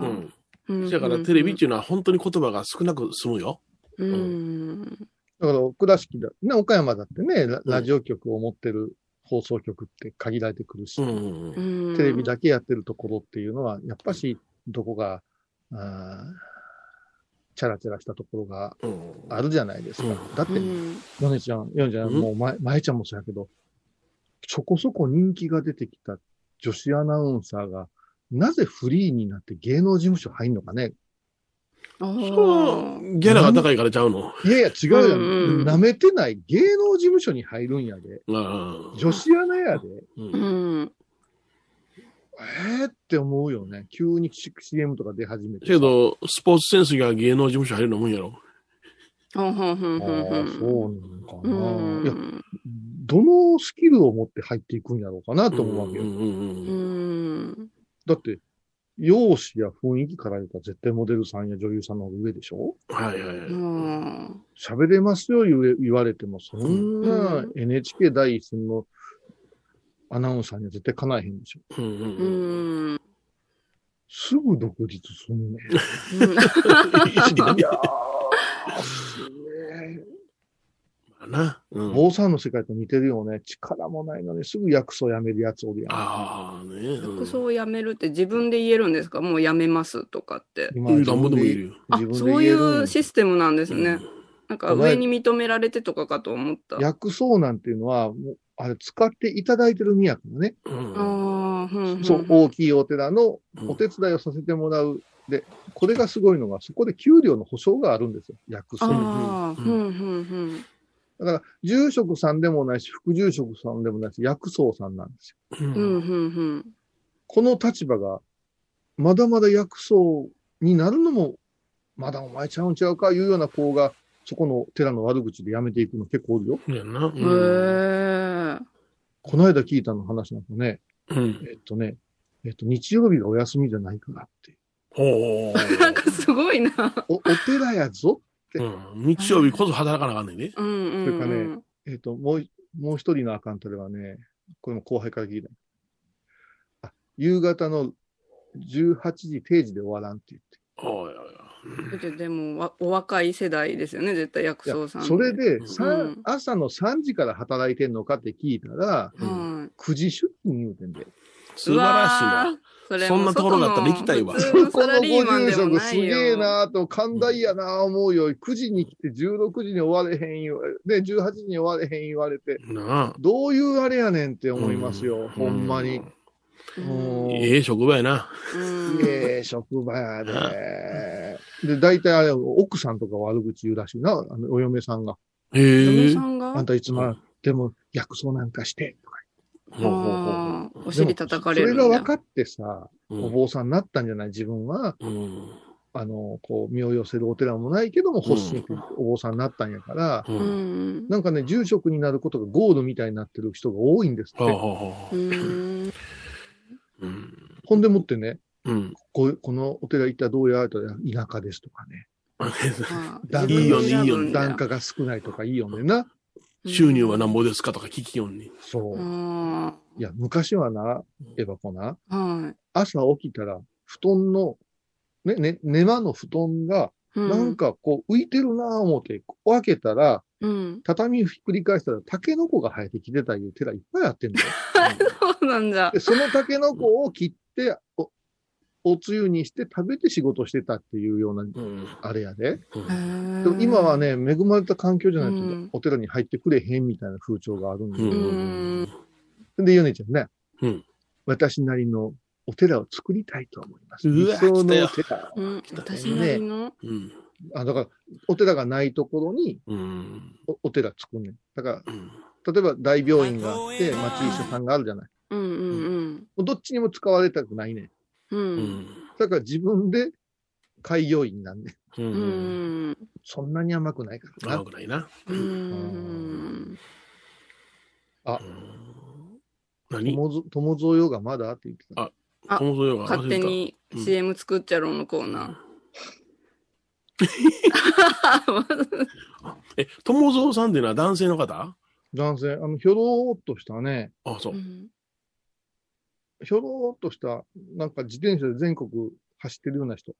Speaker 4: ん。
Speaker 2: あ。うん
Speaker 4: だからテレビっていうのは本当に言葉が少なく済むよ。
Speaker 2: うん。
Speaker 3: だから、倉敷だ、ね、岡山だってね、ララジオ局を持ってる放送局って限られてくるし。
Speaker 4: うんうんうん。
Speaker 2: うん
Speaker 3: テレビだけやってるところっていうのは、やっぱし、どこが、あーチャラチャラしたところが
Speaker 4: うん
Speaker 3: あるじゃないですか。
Speaker 4: うん
Speaker 3: だって
Speaker 2: う、ん。
Speaker 3: ヨネちゃん、ヨネちゃん、
Speaker 4: うん
Speaker 3: もう前、前ちゃんもそうやけど、そこそこ人気が出てきた女子アナウンサーが、なぜフリーになって芸能事務所入んのかね。
Speaker 4: そう、ギャラが高いからちゃうの。
Speaker 3: いやいや、違うやん。
Speaker 2: うんうん
Speaker 3: 舐めてない芸能事務所に入るんやで。
Speaker 4: うん
Speaker 3: 女子アナやで。
Speaker 4: うん
Speaker 2: う。ん。
Speaker 3: えーって思うよね。急に CM とか出始めて。
Speaker 4: け、ど、スポーツセンスが芸能事務所入るのもんやろ。
Speaker 2: ほんほんほん
Speaker 3: あ
Speaker 2: ほんほ
Speaker 3: あ、
Speaker 2: ん。
Speaker 3: そう
Speaker 2: う
Speaker 3: なのかな。いや、
Speaker 2: ん。
Speaker 3: どのスキルを持って入っていくんやろうかなと思うわけよ。
Speaker 4: うんうん
Speaker 2: う
Speaker 4: うん
Speaker 2: ん。
Speaker 3: だって、容姿や雰囲気から言うたら絶対モデルさんや女優さんの方が上でしょ
Speaker 4: はいはいはい。
Speaker 2: も
Speaker 3: 喋れますよ言え言われても、そんな
Speaker 2: うん
Speaker 3: NHK 第一線のアナウンサーには絶対かないへんでしょ。
Speaker 4: うんう
Speaker 2: う。うん
Speaker 4: うん。
Speaker 2: ん。
Speaker 3: すぐ独立すんね。
Speaker 4: 一時
Speaker 3: い
Speaker 4: 的
Speaker 3: やー、すげえ。
Speaker 4: だな。うん
Speaker 3: 坊さんの世界と似てるよね。力もないのにすぐ役所辞めるやつおるやん。
Speaker 4: ああ、ね。うん
Speaker 2: 服装をやめるって自分で言えるんですかもうやめますとかって。
Speaker 3: 今
Speaker 4: うんなんぼでもいるよ。
Speaker 2: あ、そういうシステムなんです
Speaker 4: う
Speaker 2: ね
Speaker 4: ん。
Speaker 2: なんか上に認められてとかかと思った。あ
Speaker 3: 薬草なんていうのは、もうあれ使っていただいてる都のね、
Speaker 4: うん
Speaker 2: あー、ふんふん。
Speaker 3: そう、大きいお寺の
Speaker 4: うん
Speaker 3: お手伝いをさせてもらう。で、これがすごいのが、そこで給料の保証があるんですよ、薬草。だ
Speaker 2: ああ、ふんふんふん。
Speaker 3: から、住職さんでもないし、副住職さんでもないし、薬草さんなんですよ。
Speaker 4: うん
Speaker 2: うん、ふんふん。
Speaker 3: この立場が、まだまだ薬草になるのも、まだお前ちゃうんちゃうか、いうような子が、そこの寺の悪口で辞めていくの結構おるよ。
Speaker 4: そうやんな。うん
Speaker 2: へえ。
Speaker 3: この間聞いたの話なんかね、
Speaker 4: うん。
Speaker 3: えっとね、えっと、日曜日がお休みじゃないからって。
Speaker 4: ほう。
Speaker 2: なんかすごいな。
Speaker 3: お、お寺やぞ。
Speaker 4: うん日曜日こそ働かなあかんねんで。
Speaker 2: うんうん
Speaker 3: というかね
Speaker 2: うん。
Speaker 3: えっ、と、もう、もう一人のアカウントではね、これも後輩から聞いた。あ、夕方の18時定時で終わらんって言って。
Speaker 4: おいおい
Speaker 2: だってでもわお若い世代ですよね絶対薬
Speaker 3: いや
Speaker 2: 草さんって
Speaker 3: それで、さ
Speaker 2: うん
Speaker 3: 朝の3時から働いてんのかって聞いたら、
Speaker 4: おい。うん
Speaker 2: はい
Speaker 3: 9時出勤言うてんで。
Speaker 4: 素晴らしいな。
Speaker 2: それ
Speaker 4: そん
Speaker 2: も
Speaker 4: なところだったら行きたいわ
Speaker 2: 外
Speaker 3: こ
Speaker 2: の
Speaker 3: の
Speaker 2: 普通のサラ
Speaker 3: ご
Speaker 2: リーマン
Speaker 3: 住
Speaker 2: でも
Speaker 3: 職
Speaker 2: な
Speaker 3: す
Speaker 2: いよ
Speaker 3: げえなぁと、寛大やなぁ思うよ。9時に来て16時に終われへんよ。で、18時に終われへん言われて、
Speaker 4: なあ。
Speaker 3: どういうあれやねんって思いますよ。
Speaker 4: う
Speaker 3: ほんまに。。
Speaker 2: うん
Speaker 3: うん
Speaker 4: ええ職場やな。
Speaker 2: うん
Speaker 3: ええ、職場やで。で、大体あれ、奥さんとか悪口言うらしいな、あのお嫁さんが。
Speaker 4: へ
Speaker 2: 嫁
Speaker 4: え
Speaker 2: さ。んが
Speaker 3: あんたいつまでも薬草なんかして、とか
Speaker 4: ほうほうほ
Speaker 2: あーお尻叩かれる
Speaker 3: で
Speaker 2: ん
Speaker 3: も
Speaker 2: だ
Speaker 3: それが分かってさ、
Speaker 4: う。
Speaker 3: お坊さんになったんじゃない自分は、
Speaker 4: うん。
Speaker 3: あの、こう、身を寄せるお寺もないけども、欲しいお坊さんになったんやから、
Speaker 4: う。
Speaker 2: うんん
Speaker 3: なんかね、住職になることがゴールみたいになってる人が多いんですっ
Speaker 4: ほう
Speaker 3: て。
Speaker 4: ほうほ
Speaker 2: うん
Speaker 4: う。うん。
Speaker 3: ほんでもってね、
Speaker 4: うん。
Speaker 3: こうこのお寺行ったらどうやらと田舎ですとかね。
Speaker 2: あ
Speaker 3: だ
Speaker 4: いいよねいいよね
Speaker 3: 檀家が少ないとかいいよねな。
Speaker 4: 収入はなんぼですかとか聞きよんに。
Speaker 3: そう。
Speaker 2: あ
Speaker 3: いや、昔はな、エヴァ子な、
Speaker 2: ーはい
Speaker 3: 朝起きたら、布団の、ね、ね、寝間の布団が、
Speaker 2: うん
Speaker 3: なんかこう浮いてるなぁ思って、こう開けたら、
Speaker 2: うん
Speaker 3: 畳ひっくり返したら、タケノコが生えてきてたいう寺いっぱいあってんだよ。
Speaker 2: そうなんじゃ
Speaker 3: で、そのタケノコを切って、お、おつゆにして食べて仕事してたっていうような、
Speaker 4: うん。
Speaker 3: あれやで。で
Speaker 2: で
Speaker 3: も今はね、恵まれた環境じゃないと
Speaker 2: うん、
Speaker 3: お寺に入ってくれへんみたいな風潮があるんで
Speaker 4: う。
Speaker 2: うん
Speaker 4: ん。
Speaker 3: で、ヨネちゃんね、
Speaker 4: うん
Speaker 3: 私なりのお寺を作りたいと思います。
Speaker 4: うわ
Speaker 3: 理想
Speaker 4: 来た
Speaker 3: の
Speaker 4: よ
Speaker 3: お寺。
Speaker 2: うん私なりの
Speaker 4: うん。
Speaker 3: あ、だから、お寺がないところに
Speaker 4: うん。
Speaker 3: おお寺作んねん。だか
Speaker 4: うん。
Speaker 3: ら、例えば大病院があって、町医者さんがあるじゃない。
Speaker 2: うんうん
Speaker 3: もうどっちにも使われたくないねん。
Speaker 2: うんう
Speaker 4: うんん。
Speaker 3: だから自分で開業医になんねん。
Speaker 4: う。
Speaker 2: うんん
Speaker 3: そんなに甘くないから
Speaker 4: 長
Speaker 3: な。
Speaker 4: くないな。
Speaker 2: うん
Speaker 4: うん何
Speaker 3: 友ぞ友蔵用がまだって言ってた。
Speaker 4: あ友蔵が
Speaker 2: 勝手。に CM 作っちゃろうのコーナー。
Speaker 4: え、友蔵さんっていうのは男性の方
Speaker 3: 男性、あの、ひょろーっとしたね、
Speaker 4: あ、そうう。
Speaker 2: ん
Speaker 3: ひょろーっとした、なんか自転車で全国走ってるような 人。
Speaker 4: へ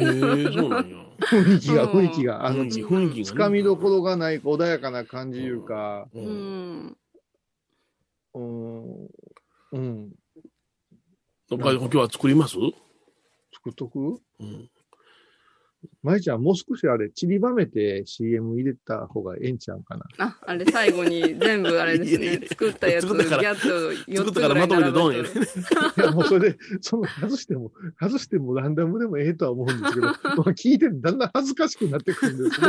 Speaker 4: え、そうなんや。
Speaker 3: 雰囲気が、
Speaker 2: うん
Speaker 3: 雰囲気が、あの、
Speaker 4: 雰囲気雰囲気がね。
Speaker 3: つかみどころがない穏やかな感じいうか、
Speaker 4: う。
Speaker 2: うんん
Speaker 3: うーん、うん、
Speaker 4: どっかで今日は作ります
Speaker 3: 作っとく
Speaker 4: うん。
Speaker 3: 舞ちゃん、もう少しあれ、散りばめて CM 入れた方がええんちゃうかな。
Speaker 2: あ、あれ最後に全部あれです
Speaker 4: いやいやい
Speaker 2: ね。
Speaker 4: や
Speaker 2: 作ったやつ、ギ
Speaker 4: 作ったか
Speaker 2: ャ
Speaker 4: ら
Speaker 2: ッと4
Speaker 4: 作っ
Speaker 2: つぐ
Speaker 4: たから
Speaker 2: らい
Speaker 4: まとめ
Speaker 2: 並べ
Speaker 4: てド
Speaker 2: と
Speaker 4: ンや
Speaker 2: る
Speaker 4: ね。
Speaker 3: いや、もうそれで、その外しても、外してもランダムでもええとは思うんですけ ど、まあ聞いてだんだん恥ずかしくなってくるんですね。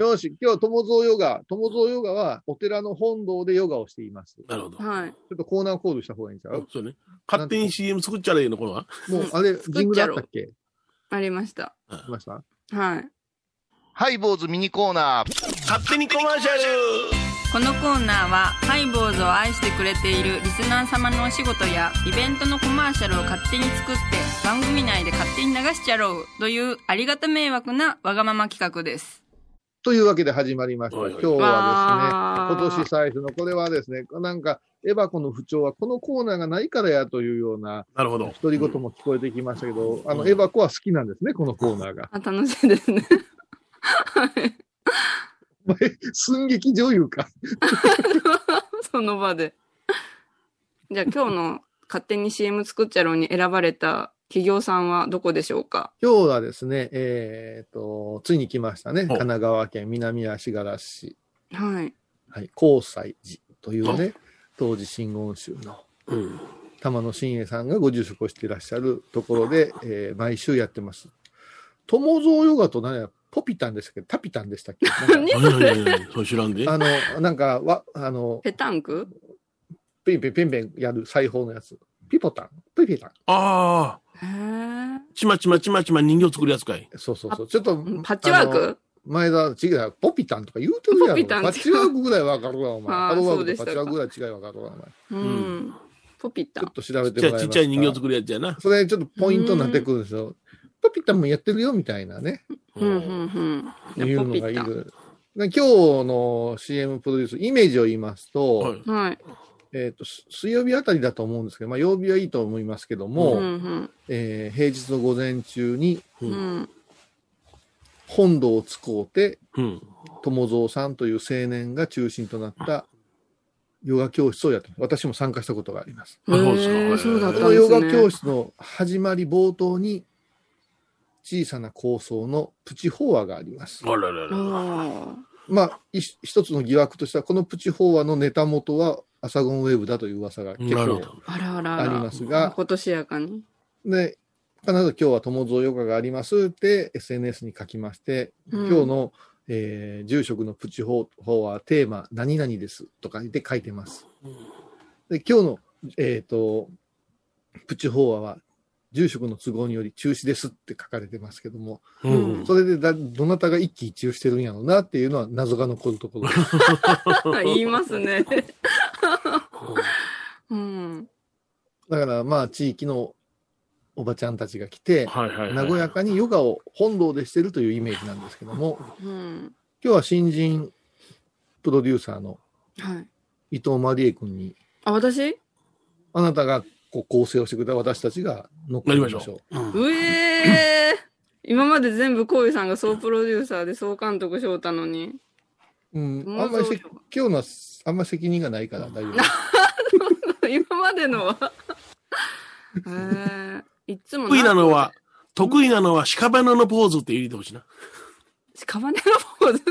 Speaker 3: よし、今日は友蔵ヨガ。友蔵ヨガはお寺の本堂でヨガをしています。ち
Speaker 4: なるほど。
Speaker 2: はい。
Speaker 3: ょっとコーナーコールした方がいいんちゃう
Speaker 4: そうね。勝手に CM 作っちゃれの頃は。
Speaker 3: もう、あれ、
Speaker 2: 作っちゃろう
Speaker 3: ジングルあったっけ
Speaker 2: ありました。
Speaker 3: 来ました
Speaker 2: はい。
Speaker 5: ハイボーズミニコーナー。
Speaker 4: 勝手にコマーシャル
Speaker 7: このコーナーはハイボーズを愛してくれているリスナー様のお仕事やイベントのコマーシャルを勝手に作って番組内で勝手に流しちゃろうというありがた迷惑なわがまま企画です。
Speaker 3: というわけで始まりました。
Speaker 4: はい
Speaker 3: 今
Speaker 4: は
Speaker 3: 日はです
Speaker 4: い
Speaker 3: ね、
Speaker 2: わー
Speaker 3: 今年最初のこれはですね、なんか、エバコの不調はこのコーナーがないからやというような
Speaker 4: なるほど。
Speaker 3: 独り言も聞こえてきましたけど、あの、
Speaker 4: うん
Speaker 3: エバコは好きなんですね、このコーナーが。
Speaker 2: あ、楽しいですね。はい。
Speaker 3: お前、寸劇女優か。
Speaker 2: その場で。じゃあ今日の勝手に CM 作っちゃろうに選ばれた企業さんはどこでしょうか
Speaker 3: 今日はですね、えっ、と、ついに来ましたね。神
Speaker 4: 神
Speaker 3: 奈川県南足柄市、
Speaker 2: はい。
Speaker 3: はい、高西寺というね、当時真言宗の
Speaker 4: うん。
Speaker 3: 玉野真栄さんがご住職をしていらっしゃるところで、えー毎週やってます。友蔵ヨガと何や、ポピタンでしたっけタピタンでしたっけなんか
Speaker 4: 何何何何そう知らんで。
Speaker 3: あの、なんか、わ、あの、
Speaker 2: ペタンク
Speaker 3: ピンピンピンピンやる裁縫のやつ。ピポタン、ピピタン。
Speaker 4: ああ、
Speaker 2: へー
Speaker 4: ちまちまちまちま人形作るやつかい。
Speaker 3: そうそうそう。ちょっと、
Speaker 2: パッチワー
Speaker 3: あの
Speaker 2: ク
Speaker 3: 前田、違う、ポピタンとか言うてるやろ。
Speaker 2: ポピタン
Speaker 3: パッチワークぐらいわかるわ、お前。
Speaker 2: あー
Speaker 3: ハローワー
Speaker 2: そ
Speaker 3: ク
Speaker 2: うで
Speaker 3: と
Speaker 2: し
Speaker 3: パ
Speaker 2: た
Speaker 3: ッ
Speaker 2: か
Speaker 3: チワークぐらい違いわかるわ、お前。ち
Speaker 2: う。
Speaker 4: うん
Speaker 2: ポピタ
Speaker 3: ょっ。と調べ
Speaker 4: ち
Speaker 3: て
Speaker 4: っち
Speaker 3: もら
Speaker 4: ゃ
Speaker 3: えま
Speaker 4: い
Speaker 3: す
Speaker 4: ちっ
Speaker 3: か
Speaker 4: ちゃい人形作るやつやな。
Speaker 3: それちょっとポイントになってくるんですよ。ポピタンもやってるよ、みたいなね。
Speaker 2: うんうん
Speaker 3: い
Speaker 2: うん。
Speaker 3: うの
Speaker 2: ポピ
Speaker 3: がい
Speaker 2: タ。
Speaker 3: る。で今日の CM プロデュース、イメージを言いますと、
Speaker 4: はい。
Speaker 2: はい。
Speaker 3: えっ、と、す水曜日あたりだと思うんですけど、まあ、曜日はいいと思いますけど
Speaker 2: う
Speaker 3: も、
Speaker 2: ん
Speaker 3: えー平日の午前中に
Speaker 4: う。
Speaker 2: うん。うんん。
Speaker 3: 本堂を使うて、
Speaker 4: うん。
Speaker 3: 友蔵さんという青年が中心となったヨガ教室をやってます。私も参加したことがあります。
Speaker 4: あそうですか
Speaker 2: へー
Speaker 4: へー
Speaker 2: そうだっ
Speaker 3: こ
Speaker 2: た
Speaker 3: の
Speaker 2: んで
Speaker 3: ヨ
Speaker 2: す
Speaker 3: ガ
Speaker 2: ね。
Speaker 3: 教室の始まり冒頭に、小さな構想のプチ法話があります。
Speaker 4: あらららら。
Speaker 2: あ
Speaker 3: まあ、い一つの疑惑としては、このプチ法話のネタ元はアサゴンウェーブだという噂が結
Speaker 4: なるほ
Speaker 3: 構
Speaker 4: ど。
Speaker 2: ああらあら
Speaker 3: あ
Speaker 2: あ
Speaker 3: り
Speaker 2: ら。
Speaker 3: ますが、
Speaker 2: 今年やかに。
Speaker 3: で、必ず今日は友蔵ヨガがありますって、SNS に書きまして、
Speaker 2: うん
Speaker 3: 今日の、えー住職のプチ法法はテーマ、何々ですとかで書いてます。で、今日の、えっ、と、プチ法話は、住職の都合により中止ですって書かれてますけども、
Speaker 4: うん。
Speaker 3: それでだどなたが一喜一憂してるんやろうなっていうのは謎が残るところ です。
Speaker 2: あ言いますね。 うん。
Speaker 3: だからまあ地域のおばちゃんたちが来て、
Speaker 4: はいはいはい。
Speaker 3: 和やかにヨガを本堂でしてるというイメージなんですけども、
Speaker 2: うん。
Speaker 3: 今日は新人プロデューサーの
Speaker 2: はい。
Speaker 3: 伊藤マリエ君に、
Speaker 2: あ、私
Speaker 3: あなたがこう構成をしてくれた私たちが乗っかりましょ
Speaker 4: 乗りまし
Speaker 3: う。
Speaker 4: うん。
Speaker 2: うえー今まで全部こういうさんが総プロデューサーで総監督翔太のに。
Speaker 3: うん、あんまりせ今日のはあんまり責任がないから大丈
Speaker 2: 今までのは。えー、いつも
Speaker 4: 得意なのは、得意なのは屍のポーズって入れてほしいな。
Speaker 2: 屍のポーズ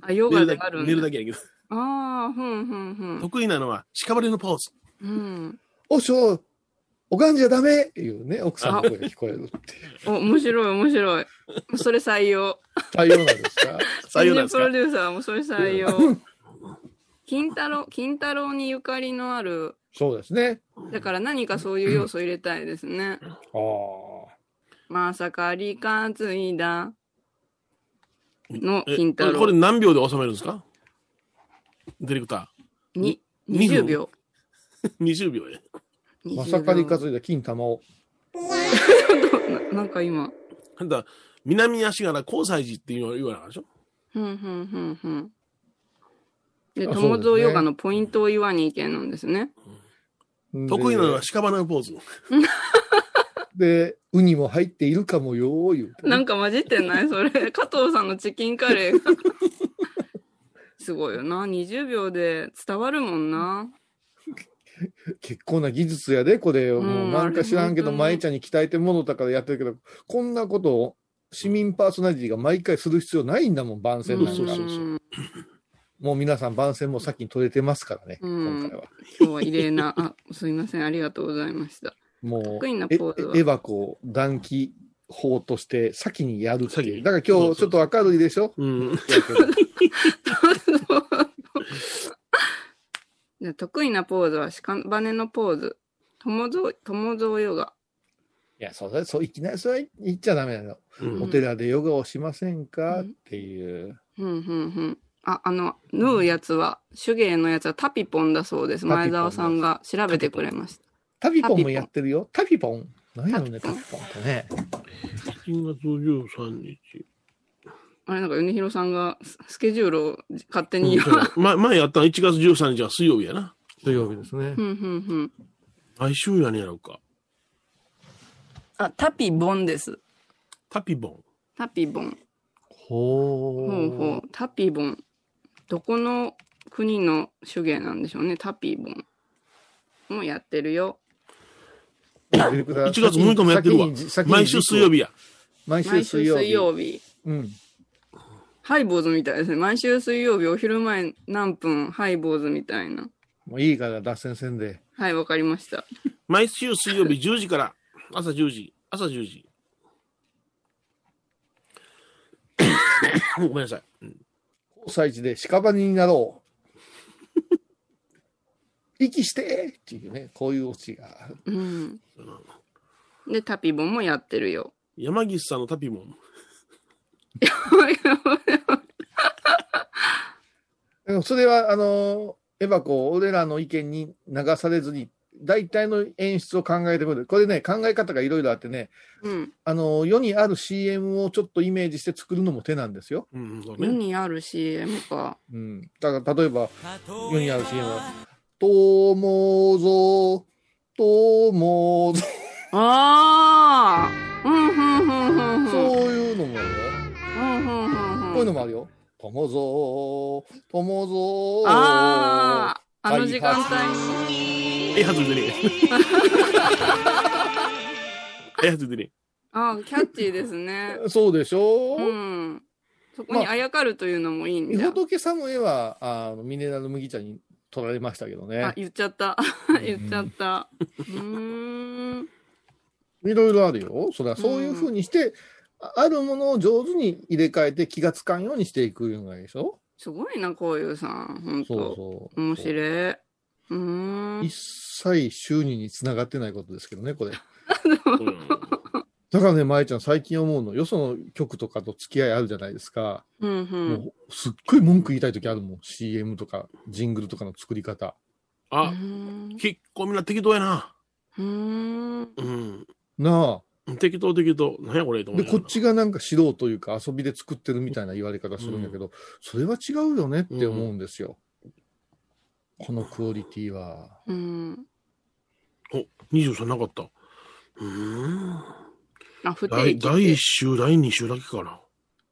Speaker 2: あ、ヨ
Speaker 4: 寝
Speaker 2: ガ
Speaker 4: る
Speaker 2: で
Speaker 4: だ
Speaker 2: ある
Speaker 4: け
Speaker 2: ん
Speaker 4: 寝る
Speaker 2: だ。
Speaker 4: だけやけど。
Speaker 2: ああ、ふんふんふん。
Speaker 4: 得意なのは屍のポ ーズ。
Speaker 2: うん。
Speaker 3: 夫。おしょう、おがんじゃダメっていうね、奥さんの声が聞こえるっていう。
Speaker 2: お、面白い、面白い。それ採用。
Speaker 3: 対応なんです か
Speaker 4: 採用なん
Speaker 2: 新人
Speaker 4: です
Speaker 2: プ
Speaker 4: か
Speaker 2: ロデューサーもそれ採用。金太郎、金太郎にゆかりのある、
Speaker 3: そうですね。
Speaker 2: だから何かそういう要素入れたいですね。
Speaker 3: あ
Speaker 2: まさかりかついだ。の
Speaker 4: え
Speaker 2: 金太郎
Speaker 4: これ何秒で収めるんですかディレクタ
Speaker 2: に、
Speaker 4: に
Speaker 2: 20秒。
Speaker 4: ー。20秒や。
Speaker 3: あ。
Speaker 2: 20秒
Speaker 3: まさかり担いだ金玉を。
Speaker 2: ななんか今。
Speaker 4: あんた、南足柄交西寺っていうのは言わなあかんでしょ
Speaker 2: ふんふんふんふん。で、
Speaker 3: あそうですね
Speaker 2: 友蔵ヨガのポイントを言わにいけんのですね。
Speaker 4: 得意なのは
Speaker 3: で
Speaker 4: 屍のポーズ。
Speaker 3: で、ウニも入っているかもよーいうてね。
Speaker 2: なんか混じってない それ。加藤さんのチキンカレーが。すごいよな。20秒で伝わるもんな。
Speaker 3: 結構な技術やで、これ。
Speaker 2: ん
Speaker 3: もうなんか知らんけ
Speaker 2: あ
Speaker 3: ど、
Speaker 2: れ本当に
Speaker 3: 舞ちゃんに鍛えてものだからやってるけど、こんなことを市民パーソナリティが毎回する必要ないんだもん、番宣なん
Speaker 2: そうそ
Speaker 3: か。
Speaker 2: うそう。
Speaker 3: もう皆さん番宣も先に取れてますからね、
Speaker 2: うん
Speaker 3: 今回は。
Speaker 2: 今日は異例な、あ、すいません、ありがとうございました。
Speaker 3: もう
Speaker 2: っこいいな、
Speaker 3: え
Speaker 2: ポーズは
Speaker 3: えエバコを断気法として先にやるって
Speaker 4: 先
Speaker 3: いう。
Speaker 4: に
Speaker 3: だから
Speaker 4: そ
Speaker 3: 今日
Speaker 4: うそ
Speaker 3: ちょ
Speaker 4: う
Speaker 3: っと明るいで しょ
Speaker 4: うん。
Speaker 2: じゃあ得意なポーズは、しかばねのポーズ。友蔵、友蔵ヨガ。
Speaker 3: いや、そうだ、そう、いきなりそれ言っちゃダメなの。
Speaker 4: うん
Speaker 3: お寺でヨガをしませんか、
Speaker 2: うん
Speaker 3: っていう。
Speaker 2: うん、うん、うん。あ、あの、縫うやつは、手芸のやつはタピポンだそうで
Speaker 3: タ
Speaker 2: す。
Speaker 3: ピポン
Speaker 2: 前澤さんが調べてくれました。
Speaker 3: タピポンもやってるよ。タピポン。何やろね、
Speaker 2: タ
Speaker 3: タ
Speaker 2: ピ
Speaker 3: ピポンってね。
Speaker 4: 1月13日。
Speaker 2: あれ、なんか、米広さんがススケジュールを勝手に、
Speaker 4: 前 前やったの1月13日は水曜日やな。
Speaker 3: 土曜日ですね
Speaker 2: う。ん、うん、うん。
Speaker 4: 来週やねやろうか。
Speaker 2: あ、タピボンです。
Speaker 4: タピボン。
Speaker 2: タピボン。
Speaker 3: ほ
Speaker 2: ほうほ
Speaker 3: う。
Speaker 2: う。タピボン。どこの国の手芸なんでしょうね。タピボン。もうやってるよ。
Speaker 3: 1
Speaker 4: 1月6日もやってるわ。毎週水曜
Speaker 3: 日。
Speaker 4: 日や。
Speaker 3: 毎週
Speaker 2: 毎週
Speaker 3: 水曜
Speaker 2: 水
Speaker 3: 日。
Speaker 2: 曜日。
Speaker 3: うん。
Speaker 2: ハイボーズみたいですね。毎週水曜日お昼前何分ハイボーズみたいな。
Speaker 3: もういいから脱線せんで。
Speaker 2: はい、わかりました。
Speaker 4: 毎週水曜日10時から。朝10時。朝10時。 ごめんなさい。
Speaker 3: 交際地で屍になろう。 息してっていうね、こういうオチが。
Speaker 2: うん。で、タピボンもやってるよ。
Speaker 4: 山岸さんのタピボン。
Speaker 3: でもそれは、あの、エバコ、俺らの意見に流されずに、大体の演出を考えてくる。これね、考え方がいろいろあってね、
Speaker 2: うん。
Speaker 3: あの、世にある CM をちょっとイメージして作るのも手なんですよ。
Speaker 4: うん、うんそう
Speaker 2: 世
Speaker 4: ね。
Speaker 2: にある CM か。
Speaker 3: うん。だから、例えば、世にある CM は、ともぞ、ともぞ、
Speaker 2: ああうん、ふんふんふんふ。
Speaker 3: そうんいうのもあるよ。
Speaker 2: うん、ふんふんふ
Speaker 3: こ
Speaker 2: ん。
Speaker 3: ういうのもあるよ。ともぞ、ともぞ。
Speaker 2: あああの時間帯に。
Speaker 4: ええ はずでねえ。ええはずでね
Speaker 2: ああキャッチーで すね。
Speaker 3: そうでしょ
Speaker 2: うん。そこにあやかるというのもいいん
Speaker 3: み
Speaker 2: だ
Speaker 3: ほ。とけさんの絵は、あの、ミネラル麦茶に取られましたけど
Speaker 2: あ
Speaker 3: ね、。
Speaker 2: 言っちゃった。言っちゃった。うーん。
Speaker 3: いろいろあるよ。それはそういうふうにして、ああるものを上手に入れ替えて気がつかんようにしていくいうのがいいでしょ
Speaker 2: すごいな、こういうさん。ほん
Speaker 3: そう
Speaker 2: と。
Speaker 3: そう。
Speaker 2: 面白い。うーん。
Speaker 3: 一切収入につながってないことですけどね、これ。
Speaker 4: うん
Speaker 3: だからね、まえちゃん最近思うの、よその曲とかと付き合いあるじゃないですか。
Speaker 2: うんうん。
Speaker 3: もう、すっごい文句言いたい時あるもん。CM とか、ジングルとかの作り方。
Speaker 2: う
Speaker 4: あ、
Speaker 2: ん
Speaker 4: 結構みんな適当やな。
Speaker 2: うーん。
Speaker 4: うん。
Speaker 3: な
Speaker 4: 適当適当。何やこれと
Speaker 3: あ。で、
Speaker 4: 思い
Speaker 3: こ
Speaker 4: なが
Speaker 3: っ
Speaker 4: ら
Speaker 3: ちがなんか指導というか遊びで作ってるみたいな言われ方するんだけど、それは違うよねって思うんですよ。このクオリティは。
Speaker 2: うん。
Speaker 4: お、23なかった。うーん。
Speaker 2: あ、不定
Speaker 4: 第
Speaker 2: 期
Speaker 4: 第1
Speaker 2: っ
Speaker 4: 週、第2週だけかな。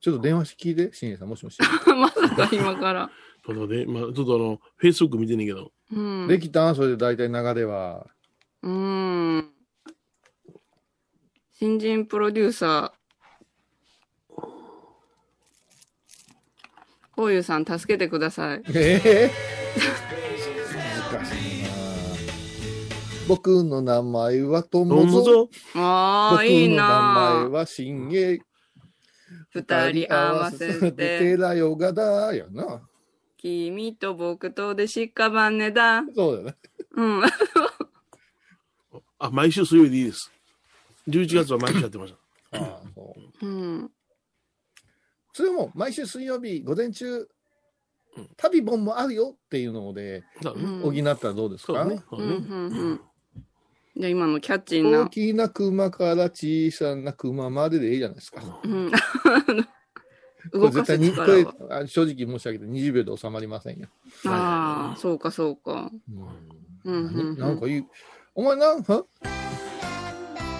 Speaker 3: ちょっと電話して聞いて、新栄さん、もしも し。
Speaker 2: て。 まさか今から。
Speaker 4: ちょっとね、まあ、ちょっとあの、Facebook 見てんねんけど。
Speaker 2: うん。
Speaker 3: できたそれで大体流れは。
Speaker 2: うーん。新人プロデューサー。こういうさん、助けてください。
Speaker 3: ええ難しいな僕の名前は
Speaker 4: どう
Speaker 3: 友
Speaker 4: も
Speaker 3: 蔵。
Speaker 4: ぞ。
Speaker 2: あ
Speaker 3: 僕
Speaker 2: あ、いい
Speaker 3: の名前
Speaker 2: な
Speaker 3: は新栄。
Speaker 2: 二人合わせて、
Speaker 3: 寺ヨガだよな。
Speaker 2: 君と僕とでしかばねだ。
Speaker 3: そうだね。
Speaker 2: うん。
Speaker 4: あ、毎週水曜日でいいです。11月は毎週やってました。
Speaker 3: ああ、そう。
Speaker 2: うん。
Speaker 3: それも毎週水曜日午前中、旅本もあるよっていうので
Speaker 4: そうだ
Speaker 2: う
Speaker 4: ね。
Speaker 2: ん
Speaker 3: 補ったらどうです
Speaker 4: そ
Speaker 3: か、
Speaker 4: うだね。そう
Speaker 2: う
Speaker 4: だ
Speaker 2: ん、う
Speaker 4: ね
Speaker 2: ん、うん。じゃあ今のキャッチー
Speaker 3: 大
Speaker 2: な。
Speaker 3: きな熊から小さな熊まででいいじゃないですか。
Speaker 2: うん。
Speaker 3: これ
Speaker 2: 動か
Speaker 3: 絶
Speaker 2: す
Speaker 3: 対に、こ
Speaker 2: 力
Speaker 3: れ
Speaker 2: は。
Speaker 3: あ正直申し上げて20秒で収まりませんよ。
Speaker 2: ああ、そうか、そうか。うん、うんう
Speaker 3: 何
Speaker 2: ん。
Speaker 3: なんかいい。お前なんは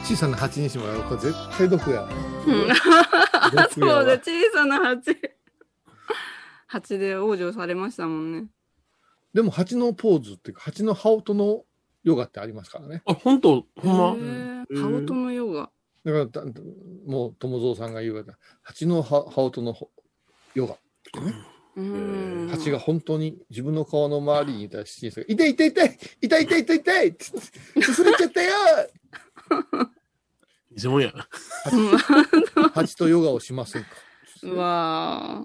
Speaker 3: 小さな蜂にしてもらう。これ絶対毒や。
Speaker 2: うん
Speaker 3: 毒や
Speaker 2: そうだ、
Speaker 3: わ
Speaker 2: 小さな蜂。蜂で往生されましたもんね。
Speaker 3: でも蜂のポーズっていうか、蜂の羽音のヨガってありますからね。
Speaker 4: あ、本当ほんま。
Speaker 2: へー羽音のヨガ。
Speaker 3: だからだもう友蔵さんが言うような蜂のは羽音のほヨガ。
Speaker 2: うん。
Speaker 3: 蜂が本当に自分の顔の周りにいたら七人さんが「痛い痛い痛い痛い痛い痛い痛い!」つすれちゃったよ
Speaker 4: 偽物やな。
Speaker 3: 蜂とヨガをしませんか
Speaker 2: うわあ。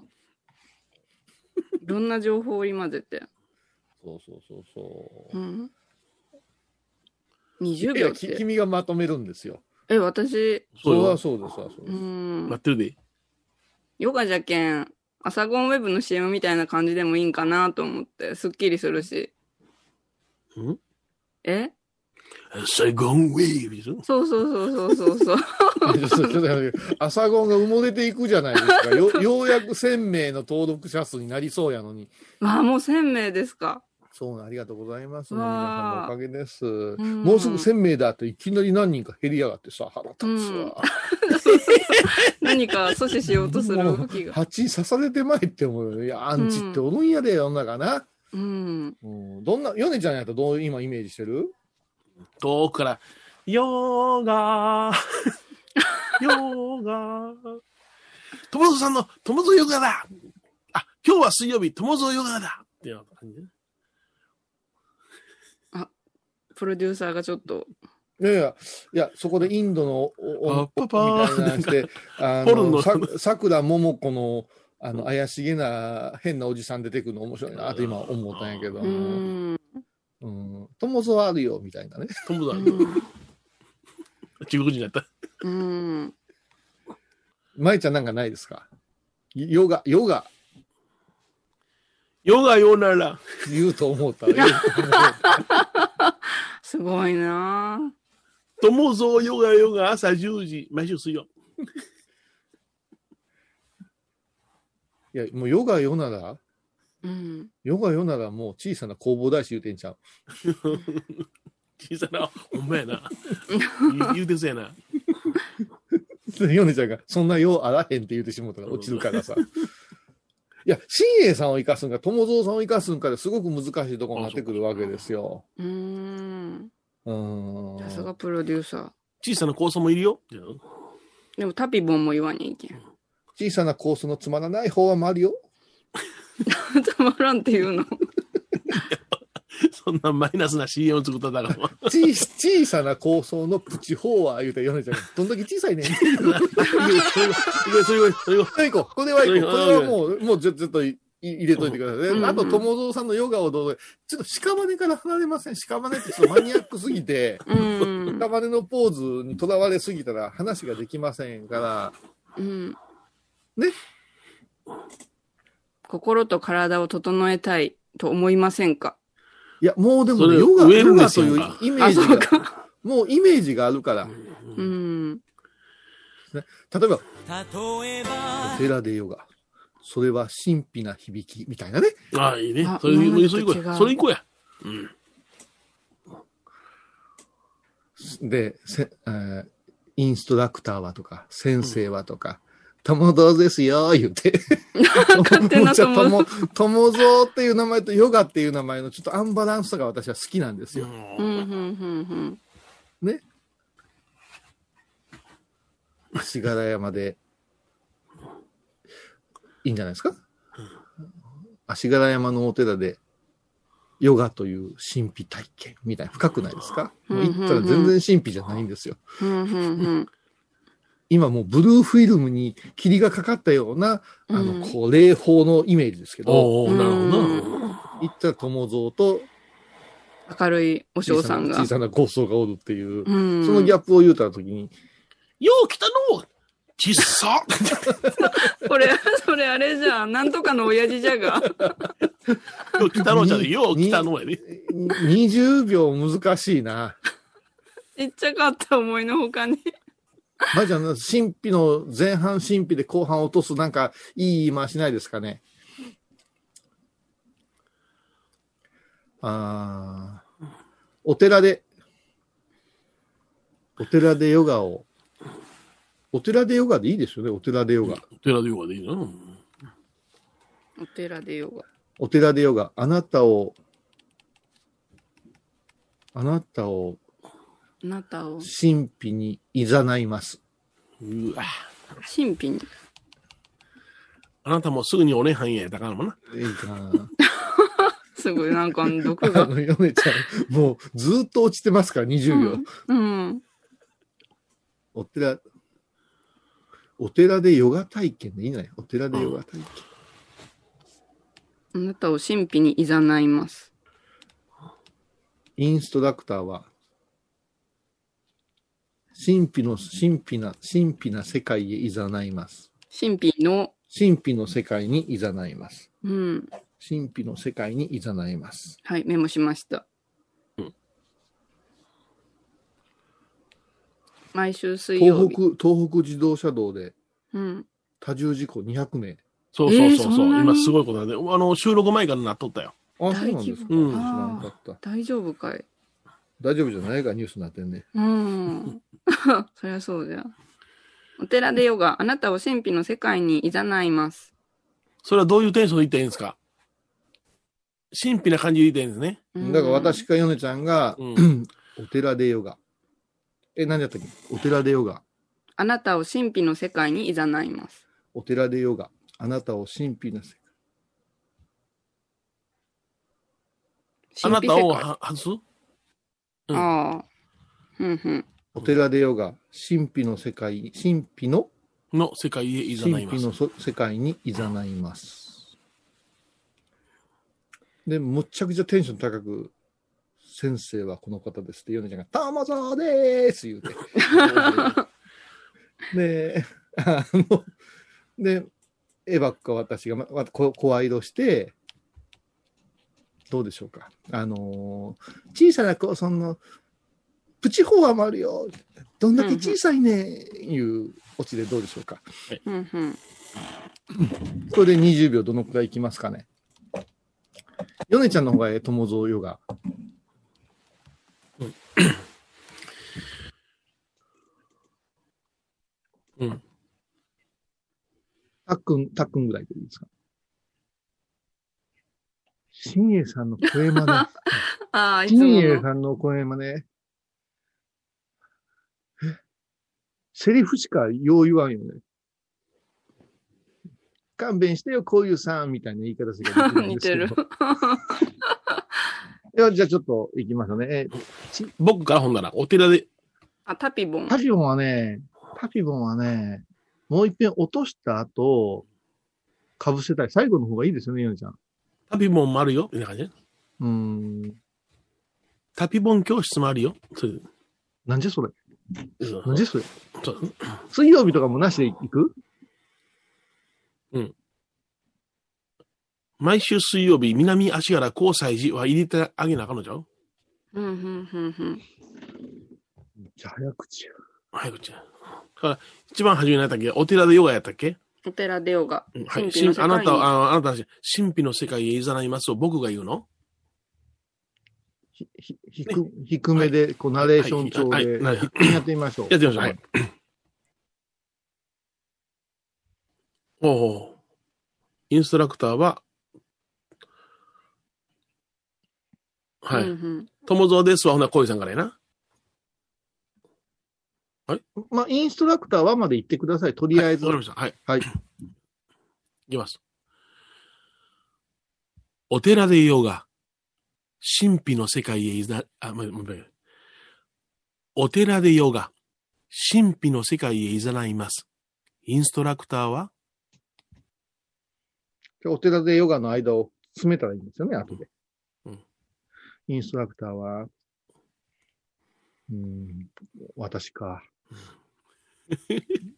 Speaker 2: いろんな情報を織り交ぜて。
Speaker 3: そうそうそうそうう。
Speaker 2: ん。20
Speaker 3: い
Speaker 2: 秒
Speaker 3: や
Speaker 2: っ
Speaker 3: き
Speaker 2: て。
Speaker 3: 君がまとめるんですよ。
Speaker 2: え、私、
Speaker 3: そ
Speaker 4: そうう
Speaker 3: は
Speaker 4: よ。
Speaker 3: そうですそうだそう
Speaker 2: う
Speaker 3: です。
Speaker 2: ん
Speaker 4: なっ。てるで。
Speaker 2: ヨガじゃけん、アサゴンウェブの CM みたいな感じでもいいんかなと思って、すっきりするし。
Speaker 4: ん
Speaker 2: え
Speaker 4: サイゴンウェーブでしょ
Speaker 2: そうそうそうそう そうそう。
Speaker 3: ちょっとちょっと待って朝ゴンが埋もれていくじゃないですか。よ ようやく1000名の登録者数になりそうやのに。
Speaker 2: まあ、もう1000名ですか。
Speaker 3: そうなありがとうございます。皆
Speaker 2: わ
Speaker 3: さんの
Speaker 2: あ
Speaker 3: おかげです。
Speaker 2: ん
Speaker 3: もうすぐ1000名だっていきなり何人か減りやがってさ、腹立つわ。
Speaker 2: 何か阻止しようと する動きが。
Speaker 3: 蜂刺されてまいって思うよ。いや、アンチっておるんやで、世の中な。
Speaker 2: うん。
Speaker 3: うん、どんな、ヨネちゃんやったらどう今イメージしてる
Speaker 4: 遠くから、ヨー ガー、ヨーガー。友蔵さんの友蔵ヨガだあ、今日は水曜日、友蔵ヨガだっていうような感じね
Speaker 2: プロデューサーがちょっと。
Speaker 3: いやいや、いや、そこでインドのおお
Speaker 4: あパパ
Speaker 3: みたいなのして、あ
Speaker 4: ポルノ
Speaker 3: の、ささくらももこの、あの、怪しげな、変なおじさん出てくるの面白いなって今思ったんやけど、
Speaker 2: う
Speaker 3: うん、
Speaker 2: ん。
Speaker 3: 友蔵あるよ、みたいなね。
Speaker 4: 友
Speaker 2: う
Speaker 4: 蔵、
Speaker 2: ん
Speaker 4: 中国人だった。
Speaker 2: うん。
Speaker 3: 舞ちゃんなんかないですかヨガ、ヨガ、
Speaker 4: ヨガヨーなら、
Speaker 3: 言うと思った ら言うと思った。
Speaker 2: すごいなあ
Speaker 4: 友蔵ヨガヨガ朝10時、毎週水曜。
Speaker 3: いや、もうヨガヨなら、
Speaker 2: うん。
Speaker 3: ヨガヨならもう小さな工房大師言うてんちゃう。
Speaker 4: 小さな、ほんまや な。言言うてそうやな。
Speaker 3: で ヨネちゃんが、そんなようあらへんって言うてしもうたら落ちるからさ。 いや、新栄さんを生かすんか、友蔵さんを生かすんかですごく難しいところになってくるわけですよ。
Speaker 2: うん。
Speaker 3: うーん。
Speaker 2: さすがプロデューサー。
Speaker 4: 小さな高層もいるよ。
Speaker 2: でもタピボンも言わにゃいけん。
Speaker 3: 小さなコースのつまらない方は回るよ。
Speaker 2: たまらんっていうの。
Speaker 4: そんなマイナスな CM を作った だろう。
Speaker 3: 小 小さな構想のプチ方は言うて、ヨネちゃんが、どんだけ小さいねん。
Speaker 4: いやそれは、それは、
Speaker 3: これ行こう。これは行こう。これはもう、もうちょちょっとい入れといてくださいね。
Speaker 2: うん
Speaker 3: あと、友蔵さんのヨガをどうぞ。ちょっと屍から離れません。屍ってちょっとマニアックすぎて、
Speaker 2: うん。
Speaker 3: 屍のポーズにとらわれすぎたら話ができませんから、
Speaker 2: うん。
Speaker 3: ね
Speaker 2: 心と体を整えたいと思いませんか
Speaker 3: いや、もうでもね、
Speaker 4: それ
Speaker 3: ヨガ、
Speaker 4: ウェ
Speaker 3: ヨ
Speaker 4: ル
Speaker 3: ガ
Speaker 4: ネ
Speaker 3: と
Speaker 4: ス
Speaker 3: い
Speaker 4: やん
Speaker 3: う
Speaker 4: か
Speaker 3: イメー
Speaker 2: あ、
Speaker 3: ジ
Speaker 2: そう
Speaker 3: が、
Speaker 2: か。
Speaker 3: もうイメージがあるから、
Speaker 2: うん。
Speaker 3: 例えば、
Speaker 6: 例えば
Speaker 3: お寺でヨガ。それは神秘な響きみたいなね。
Speaker 4: ああ、いいね
Speaker 2: あ。
Speaker 4: それ、そ
Speaker 2: 今まで
Speaker 4: れ
Speaker 2: と
Speaker 4: それ
Speaker 2: 違
Speaker 4: 行こう
Speaker 2: う
Speaker 4: や。それ行こうや。
Speaker 3: で、せえーインストラクターはとか、先生はとか、友蔵ですよ、言うて。
Speaker 2: 勝手な友蔵
Speaker 3: もうちょっと 友友蔵っていう名前とヨガっていう名前のちょっとアンバランスが私は好きなんですよ。
Speaker 2: うん、うん、うん、
Speaker 3: ね。足柄山で、いいんじゃないですか足柄山のお寺で、ヨガという神秘体験みたいな、深くないですかもう行ったら全然神秘じゃないんですよ。
Speaker 2: うん。うん、うん、 うん。
Speaker 3: 今もうブルーフィルムに霧がかかったような、あ
Speaker 2: うん
Speaker 3: の、こう、霊峰のイメージですけど、
Speaker 4: おおなるほどな。
Speaker 3: 行ったら友蔵と
Speaker 2: 明るいお嬢
Speaker 3: 小
Speaker 2: さ
Speaker 3: さ
Speaker 2: ん
Speaker 3: な
Speaker 2: が
Speaker 3: 小。さな豪僧がおるっていう、
Speaker 2: うん。
Speaker 3: そのギャップを言うた時に、
Speaker 4: よう来たのちっさ
Speaker 2: これ、それあれじゃん。なんとかの親父じゃが。
Speaker 4: よう来たのじゃねよう来たのやね。
Speaker 3: 20秒難しいな。
Speaker 2: ちっちゃかった思いのほかに。
Speaker 3: まあじゃあ、神秘の前半神秘で後半落とすなんかいい言い回しないですかね。ああ、お寺で、お寺でヨガを、お寺でヨガでいいですよね、お寺でヨガ。
Speaker 4: お寺でようがでいいな。
Speaker 2: お寺でヨガ。
Speaker 3: お寺でヨガ、あなたをあなたを
Speaker 2: あなたを
Speaker 3: 神秘に誘います。
Speaker 4: うわ。
Speaker 2: 神秘に。
Speaker 4: あなたもすぐにおねはんやだからもな。
Speaker 3: いいかな。
Speaker 2: すごい、なんか、毒
Speaker 3: あ
Speaker 2: が。
Speaker 3: の、ヨネちゃん、もうずーっと落ちてますから、20秒。
Speaker 2: うん。
Speaker 3: お寺、お寺でヨガ体験でいいんじゃないお寺でヨガ体験。
Speaker 2: あなたを神秘にいざないます。
Speaker 3: インストラクターは、神秘の、神秘な、神秘な世界へ誘います。
Speaker 2: 神秘の、
Speaker 3: 神秘の世界に誘います。
Speaker 2: うん。
Speaker 3: 神秘の世界に誘います。
Speaker 2: はい、メモしました。
Speaker 4: うん
Speaker 2: 毎週水
Speaker 3: 東
Speaker 2: 曜日。
Speaker 3: 北、東北自動車道で
Speaker 2: うん。
Speaker 3: 多重事故200名。
Speaker 4: そうそうそうそう、
Speaker 2: えーそんなに
Speaker 4: 今すごいことなんで、あの、収録前からなっとったよ。
Speaker 3: あ、そうなんですか。
Speaker 4: うん
Speaker 3: 知らなかった。
Speaker 2: 大丈夫かい
Speaker 3: 大丈夫じゃないがニュースになってんね。
Speaker 2: うん。そりゃそうじゃ。お寺でヨガ、あなたを神秘の世界にいざないます。
Speaker 4: それはどういうテンションで言ったらいいんですか神秘な感じで言ったらいいんですね。
Speaker 2: うん
Speaker 3: だから私。かヨネちゃんが、
Speaker 4: うん。
Speaker 3: お寺でヨガ。え、何だったっけお寺でヨガ。
Speaker 2: あなたを神秘の世界にいざないます。
Speaker 3: お寺でヨガ。あなたを神秘な世界。
Speaker 4: あなたを
Speaker 2: 神秘世界
Speaker 4: は外すうん
Speaker 2: ああ。うんうん。
Speaker 3: お寺でヨガ。神秘の世界、神秘の、
Speaker 4: の世界へ誘い
Speaker 3: 神
Speaker 4: ま
Speaker 3: 秘
Speaker 4: す
Speaker 3: の。そ世界に誘います。で、むっちゃくちゃテンション高く、先生はこの方ですって、ヨネちゃんが、たまざーでーす言うて。 で、あの、で、エバックは私が、ま、まこ声色して、どうでしょうか。あのー小さな子、その、プチフォアもあるよ。どんだけ小さいね、いうオチでどうでしょうか。
Speaker 2: うんうん。
Speaker 3: これで20秒どのくらいいきますかね。ヨネちゃんの方がええ、友蔵ヨガ。
Speaker 4: うん。
Speaker 3: たっくん、たっくんぐらいでいいですか。新栄さんの声真
Speaker 2: ああ、
Speaker 3: 似。
Speaker 2: いつも
Speaker 3: 新栄
Speaker 2: の。
Speaker 3: さんの声真似。えセリフしかよう言わんよね。勘弁してよ、こういうさん、みたいな言い方するけど
Speaker 2: 似てる。
Speaker 3: いや、じゃあちょっと行きましょうね。え
Speaker 4: 僕からほんなら、お寺で、
Speaker 2: あ、タピボン。
Speaker 3: パピボンはね、パピボンはね、もう一遍落とした後、かぶせたい。最後の方がいいですよね、ヨネちゃん。
Speaker 4: タピボンもあるよ。みたいな感じね
Speaker 3: うーん。
Speaker 4: タピボン教室もあるよ。そう
Speaker 3: なんじゃそれ。
Speaker 4: そう
Speaker 3: なんじゃそれ。
Speaker 4: そう
Speaker 3: 水曜日とかもなしで行く
Speaker 4: 毎週水曜日、南足柄交際時は入れてあげなあかんのじゃう
Speaker 2: うんうんうんうん。
Speaker 3: じゃあ早口や。
Speaker 4: 早口や。だから、一番初めにやったっけお寺でヨガやったっけ、
Speaker 2: お寺でヨガ。
Speaker 4: うんはい。
Speaker 2: 神秘の
Speaker 4: 神
Speaker 2: 世
Speaker 4: あ
Speaker 2: 界に
Speaker 4: なたはあの、あなたたち、神秘の世界へ誘いますを僕が言うの
Speaker 3: ひ、ひ、ひく、低めで、こう、ナレーション調
Speaker 4: はい
Speaker 3: で、
Speaker 4: はいはい
Speaker 3: 一気にやってみましょう。
Speaker 4: やってみましょう。
Speaker 3: は
Speaker 4: はいい。おお。インストラクターは、は
Speaker 2: うんう
Speaker 4: い。
Speaker 2: ん
Speaker 4: 友蔵ですわ。ほな、こういうさんからやな。
Speaker 3: まあ、インストラクターはまで行ってください。とりあえず。
Speaker 4: はいわかりました。はい。
Speaker 3: はい
Speaker 4: いきます。お寺でヨガ。神秘の世界へいざ、あ、ま、ま、まお寺でヨガ。神秘の世界へいざないます。インストラクターは
Speaker 3: じゃあお寺でヨガの間を詰めたらいいんですよね、後で。
Speaker 4: うん
Speaker 3: インストラクターは、うん、私か。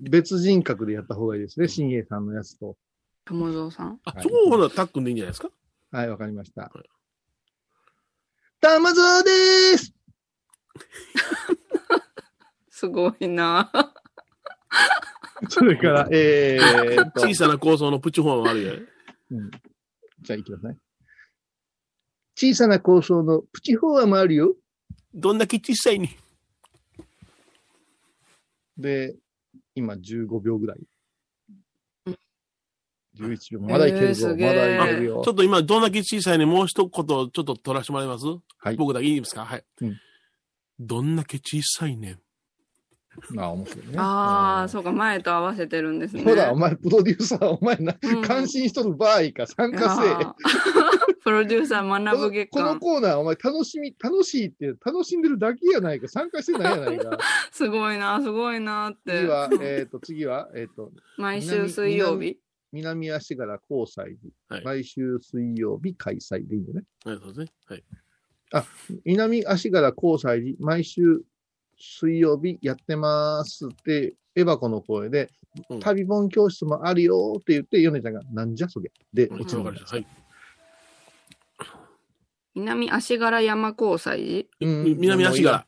Speaker 3: 別人格でやった方がいいですね、新栄さんのやつと。
Speaker 2: 友蔵さん。
Speaker 4: あ、
Speaker 3: はい
Speaker 4: そこをほら、タックンでいいんじゃな いですか
Speaker 3: はい、わかりました
Speaker 4: はい。
Speaker 3: 玉蔵でーす
Speaker 2: すごいな。
Speaker 3: それから、えーっ と、
Speaker 4: 小さな構想のプチフォーもあるよね。
Speaker 3: うんじゃあ行きますね。小さな構想のプチフォアもあるよ。
Speaker 4: どんだけ小さいに。
Speaker 3: で、今15秒ぐらい。 11秒。まだいけるぞ。
Speaker 2: え
Speaker 3: ま
Speaker 2: ーすげー
Speaker 3: だいける
Speaker 4: ちょ
Speaker 3: よ
Speaker 4: っ。と今、どんだけ小さいね、もう一言、ちょっと取らせてもらいます
Speaker 3: はい
Speaker 4: 僕だけいいですかはい、
Speaker 3: うん
Speaker 4: どんだけ小さいね。
Speaker 3: ああ、面白いね。
Speaker 2: ああ、そうか、前と合わせてるんですね。
Speaker 3: ほら、お前、プロデューサー、お前な
Speaker 2: うん、
Speaker 3: 関心しとる場合か、参
Speaker 2: い
Speaker 3: 加せえ。
Speaker 2: やー プロデューサー
Speaker 3: こ
Speaker 2: 学ぶ
Speaker 3: の
Speaker 2: 月
Speaker 3: この
Speaker 2: 間。
Speaker 3: コーナー、お前、楽しみ、楽しいって、楽しんでるだけやないか、参加してないやないか。
Speaker 2: すごい な、すごいなっ
Speaker 3: 次
Speaker 2: て。
Speaker 3: は、えっと、次は、えっと、
Speaker 2: 毎週水曜日。
Speaker 3: 南足柄交際日
Speaker 4: は、い
Speaker 3: 毎週水曜日開催でいいんだね。
Speaker 4: はい、そうですね。はい。
Speaker 3: 南足柄交際時、毎週水曜日やってますって、エヴァ子の声で、
Speaker 4: うん
Speaker 3: 旅本教室もあるよって言って、ヨネちゃんが、なんじゃそりゃ。で、
Speaker 4: おつながりです。はい。
Speaker 2: 南足柄山交際時。
Speaker 3: うん
Speaker 4: み南足柄。。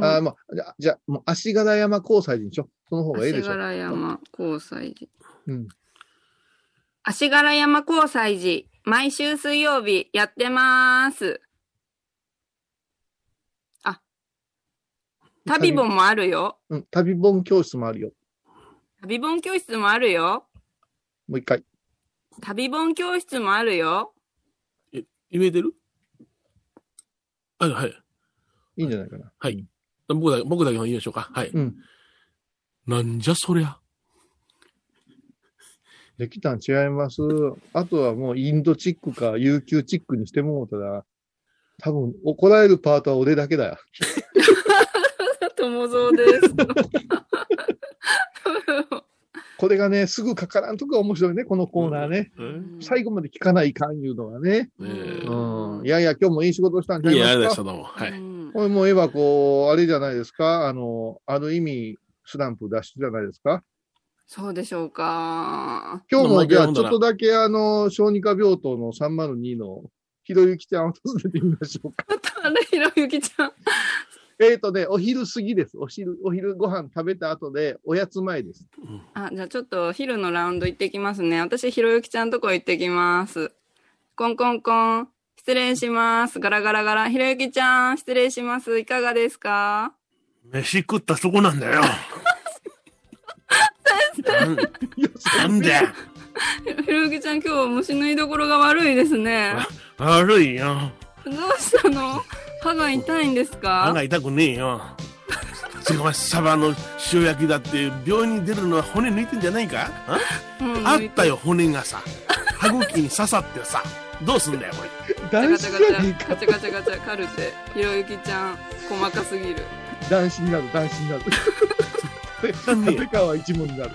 Speaker 3: ああ、まあ、じゃあ、じゃあもう足柄山交際時にしよう。その方がええで
Speaker 2: 足
Speaker 3: しょ。
Speaker 2: 柄山交際時。
Speaker 3: うん。
Speaker 2: 足柄山交際時。毎週水曜日やってます。あ。旅本もあるよ。
Speaker 3: うん。旅本教室もあるよ。
Speaker 2: 旅本教室もあるよ。
Speaker 3: もう一回。
Speaker 2: 旅本教室もあるよ。
Speaker 4: 言えてるはい、はい。
Speaker 3: いいんじゃないかな。
Speaker 4: はい。僕だけ、僕だけの言いましょうか。はい。
Speaker 3: うん。
Speaker 4: なんじゃそりゃ。
Speaker 3: できたん違います。あとはもうインドチックか琉球チックにしてもうたら、多分怒られるパートは俺だけだよ。
Speaker 2: 友蔵です。
Speaker 3: これがね、すぐかからんとこが面白いね、このコーナーね。
Speaker 4: うん
Speaker 3: 最後まで聞かないかんいうのはね。
Speaker 4: ねえ
Speaker 3: うん。いやいや、今日もいい仕事したんじゃ
Speaker 4: いや、あ
Speaker 3: な
Speaker 4: り
Speaker 3: い
Speaker 4: がとうござい
Speaker 3: で
Speaker 4: まし
Speaker 3: す
Speaker 4: た、
Speaker 3: か。
Speaker 4: どうも。はい。
Speaker 2: うん
Speaker 3: これもえばこう、あれじゃないですか。あの、ある意味、スランプ脱出じゃないですか。
Speaker 2: そうでしょうか。
Speaker 3: 今日
Speaker 4: まあ
Speaker 3: も、じゃあ、
Speaker 4: ほん
Speaker 3: ち
Speaker 4: な
Speaker 3: ょ
Speaker 4: ら
Speaker 3: っとだけ、あの、小児科病棟の302の、ひろゆきちゃんを訪ねてみましょうか。
Speaker 2: あれ、ひろゆきちゃん。
Speaker 3: えっとね、お昼過ぎです。お昼、お昼ご飯食べた後で、おやつ前です。
Speaker 2: あ、じゃあちょっと昼のラウンド行ってきますね。私、ひろゆきちゃんとこ行ってきます。コンコンコン。失礼します。ガラガラガラ。ひろゆきちゃん、失礼します。いかがですか
Speaker 4: 飯食ったそこなんだよ。なんなんだよ。
Speaker 2: ひひろゆきちゃん、今日虫縫いどころが悪いですね。
Speaker 4: 悪いよ。
Speaker 2: どうしたの歯が痛いんです
Speaker 4: 歯
Speaker 2: か
Speaker 4: が痛くねえよ。てかお前サバの塩焼きだって病院に出るのは骨抜いてんじゃないかあ
Speaker 2: うん
Speaker 4: あったよ骨がさ歯茎に刺さってさどうすんだよこれ
Speaker 3: 男
Speaker 2: ガ
Speaker 3: 子
Speaker 2: チャガチ
Speaker 3: やねん
Speaker 2: ャ、
Speaker 3: か
Speaker 2: ガチャガチャガチャ、カルテ。ひろゆきちゃん、細かすぎる。
Speaker 3: 男子になる、男子になる。
Speaker 4: なん で
Speaker 3: 立川一門になる。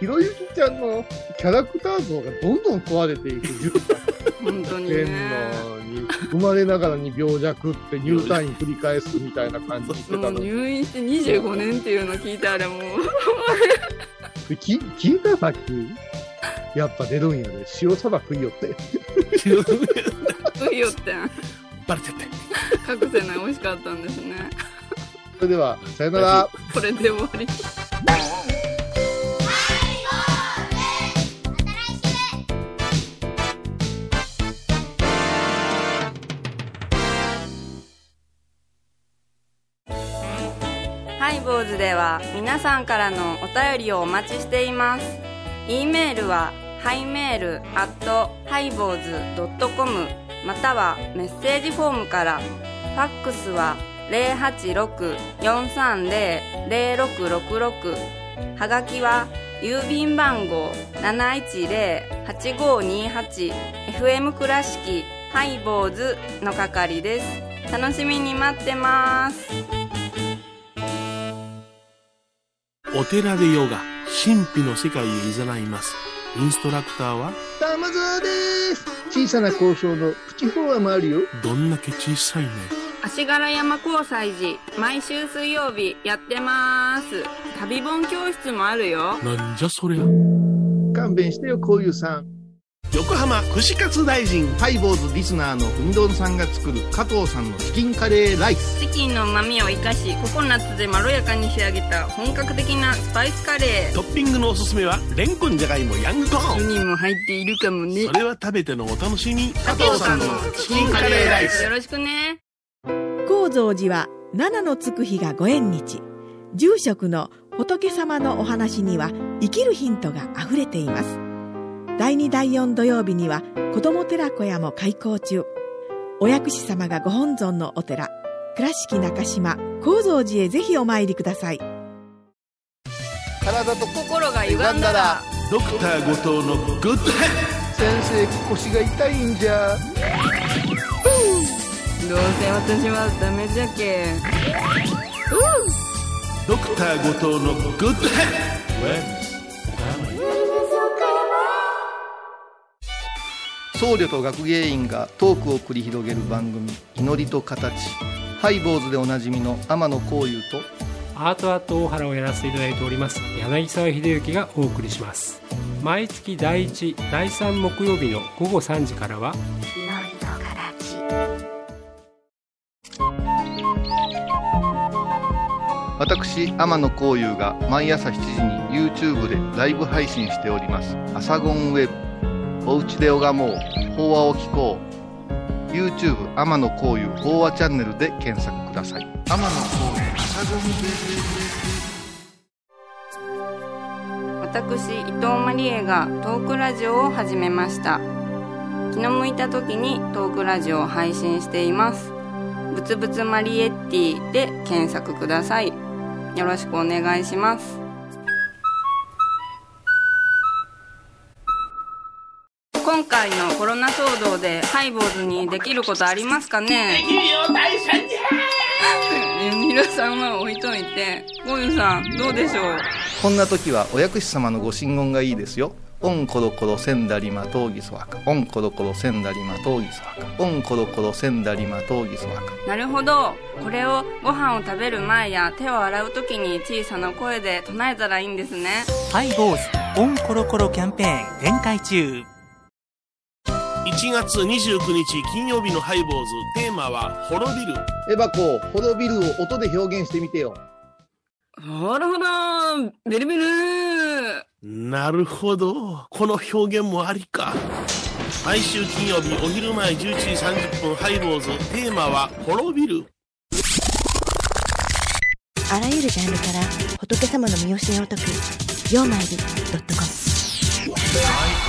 Speaker 3: ひろゆきちゃんのキャラクター像がどんどん壊れていく10
Speaker 2: 本当に
Speaker 3: 年
Speaker 2: ね。
Speaker 3: のに生まれながらに病弱って入退院繰り返すみたいな感じにして
Speaker 2: も
Speaker 3: た
Speaker 2: う
Speaker 3: のに
Speaker 2: 入院して25年っていうの聞いてあれもう
Speaker 3: き聞いたさっきやっぱ出るんやで塩さば食いよって
Speaker 2: いいよってん
Speaker 4: バレちゃって
Speaker 2: 隠せない美味しかったんですね
Speaker 3: それではさよなら
Speaker 2: これで終わりハイボーズでは皆さんからのお便りをお待ちしています。e メールはハイメールアットハイボーズドットコムまたはメッセージフォームから。ファックスは086-430-0666はがきは郵便番号710-8528 FM 倉敷ハイボーズの係です。楽しみに待ってます。
Speaker 4: お寺でヨガ神秘の世界へいざないますインストラクターは
Speaker 3: 玉沢です小さな交渉のプチフォアもあるよ
Speaker 4: どんだけ小さいね
Speaker 2: 足柄山交際時毎週水曜日やってます旅本教室もあるよ
Speaker 4: なんじゃそりゃ
Speaker 3: 勘弁してよこういうさん
Speaker 4: 横浜串カツ大臣
Speaker 5: ハイボーズリスナーのうみどんさんが作る加藤さんのチキンカレーライス
Speaker 2: チキンの旨味を生かしココナッツでまろやかに仕上げた本格的なスパイスカレ
Speaker 4: トッピングのおすすめはレンコンじゃがいもヤングコ
Speaker 2: ー
Speaker 4: ーン
Speaker 2: 人も入っているかもね
Speaker 4: それは食べてのお楽しみ
Speaker 2: 加藤さんのチキンカレーライスよろしくね
Speaker 8: 高蔵寺は七のつく日がご縁日住職の仏様のお話には生きるヒントがあふれています第2第4土曜日には子ども寺小屋も開校中お薬師様がご本尊のお寺倉敷中島・高蔵寺へぜひお参りください
Speaker 9: 体と心が歪んだら
Speaker 4: ドクター後藤のグッドヘッ
Speaker 9: 先生腰が痛いんじ
Speaker 10: ど
Speaker 9: ゃ
Speaker 10: うせ私はダメじゃけ
Speaker 4: ドクター後藤のグッドヘッ
Speaker 11: 僧侶と学芸員がトークを繰り広げる番組「祈りと形」ハイボーズでおなじみの天野幸雄と
Speaker 12: アートアート大原をやらせていただいております柳沢秀幸がお送りします毎月第1第3木曜日の午後3時からは
Speaker 11: 私天野幸雄が毎朝7時に YouTube でライブ配信しております「アサゴンウェブ」「おうちで拝もう法話を聞こう」YouTube 天野幸雄法話チャンネルで検索ください天野幸雄
Speaker 2: 私伊藤マリエがトークラジオを始めました気の向いた時にトークラジオを配信していますぶつぶつマリエッティで検索くださいよろしくお願いします今回のコロナ騒動でハイボーズにできることありますかね
Speaker 9: できるよ大社に
Speaker 2: 皆さんは置いといてゴユさんどうでしょう
Speaker 11: こんな時はお薬師様のご神言がいいですよオンコロコロセンダリマトーギソワカオンコロコロセンダリマトーギソワカオンコロコロセンダリマトーギソワカ
Speaker 2: なるほどこれをご飯を食べる前や手を洗う時に小さな声で唱えたらいいんですね
Speaker 6: ハイボーズオンコロコロキャンペーン展開中
Speaker 4: 1月29日金曜日のハイボーズテーマは滅びる
Speaker 13: エバコ滅びるを音で表現してみてよ
Speaker 10: ほらほらベルベル
Speaker 4: なるほどこの表現もありか毎週金曜日お昼前11時30分ハイボーズテーマは滅びる
Speaker 14: あらゆるジャンルから仏様の身教えを解く「曜マイルドットコム」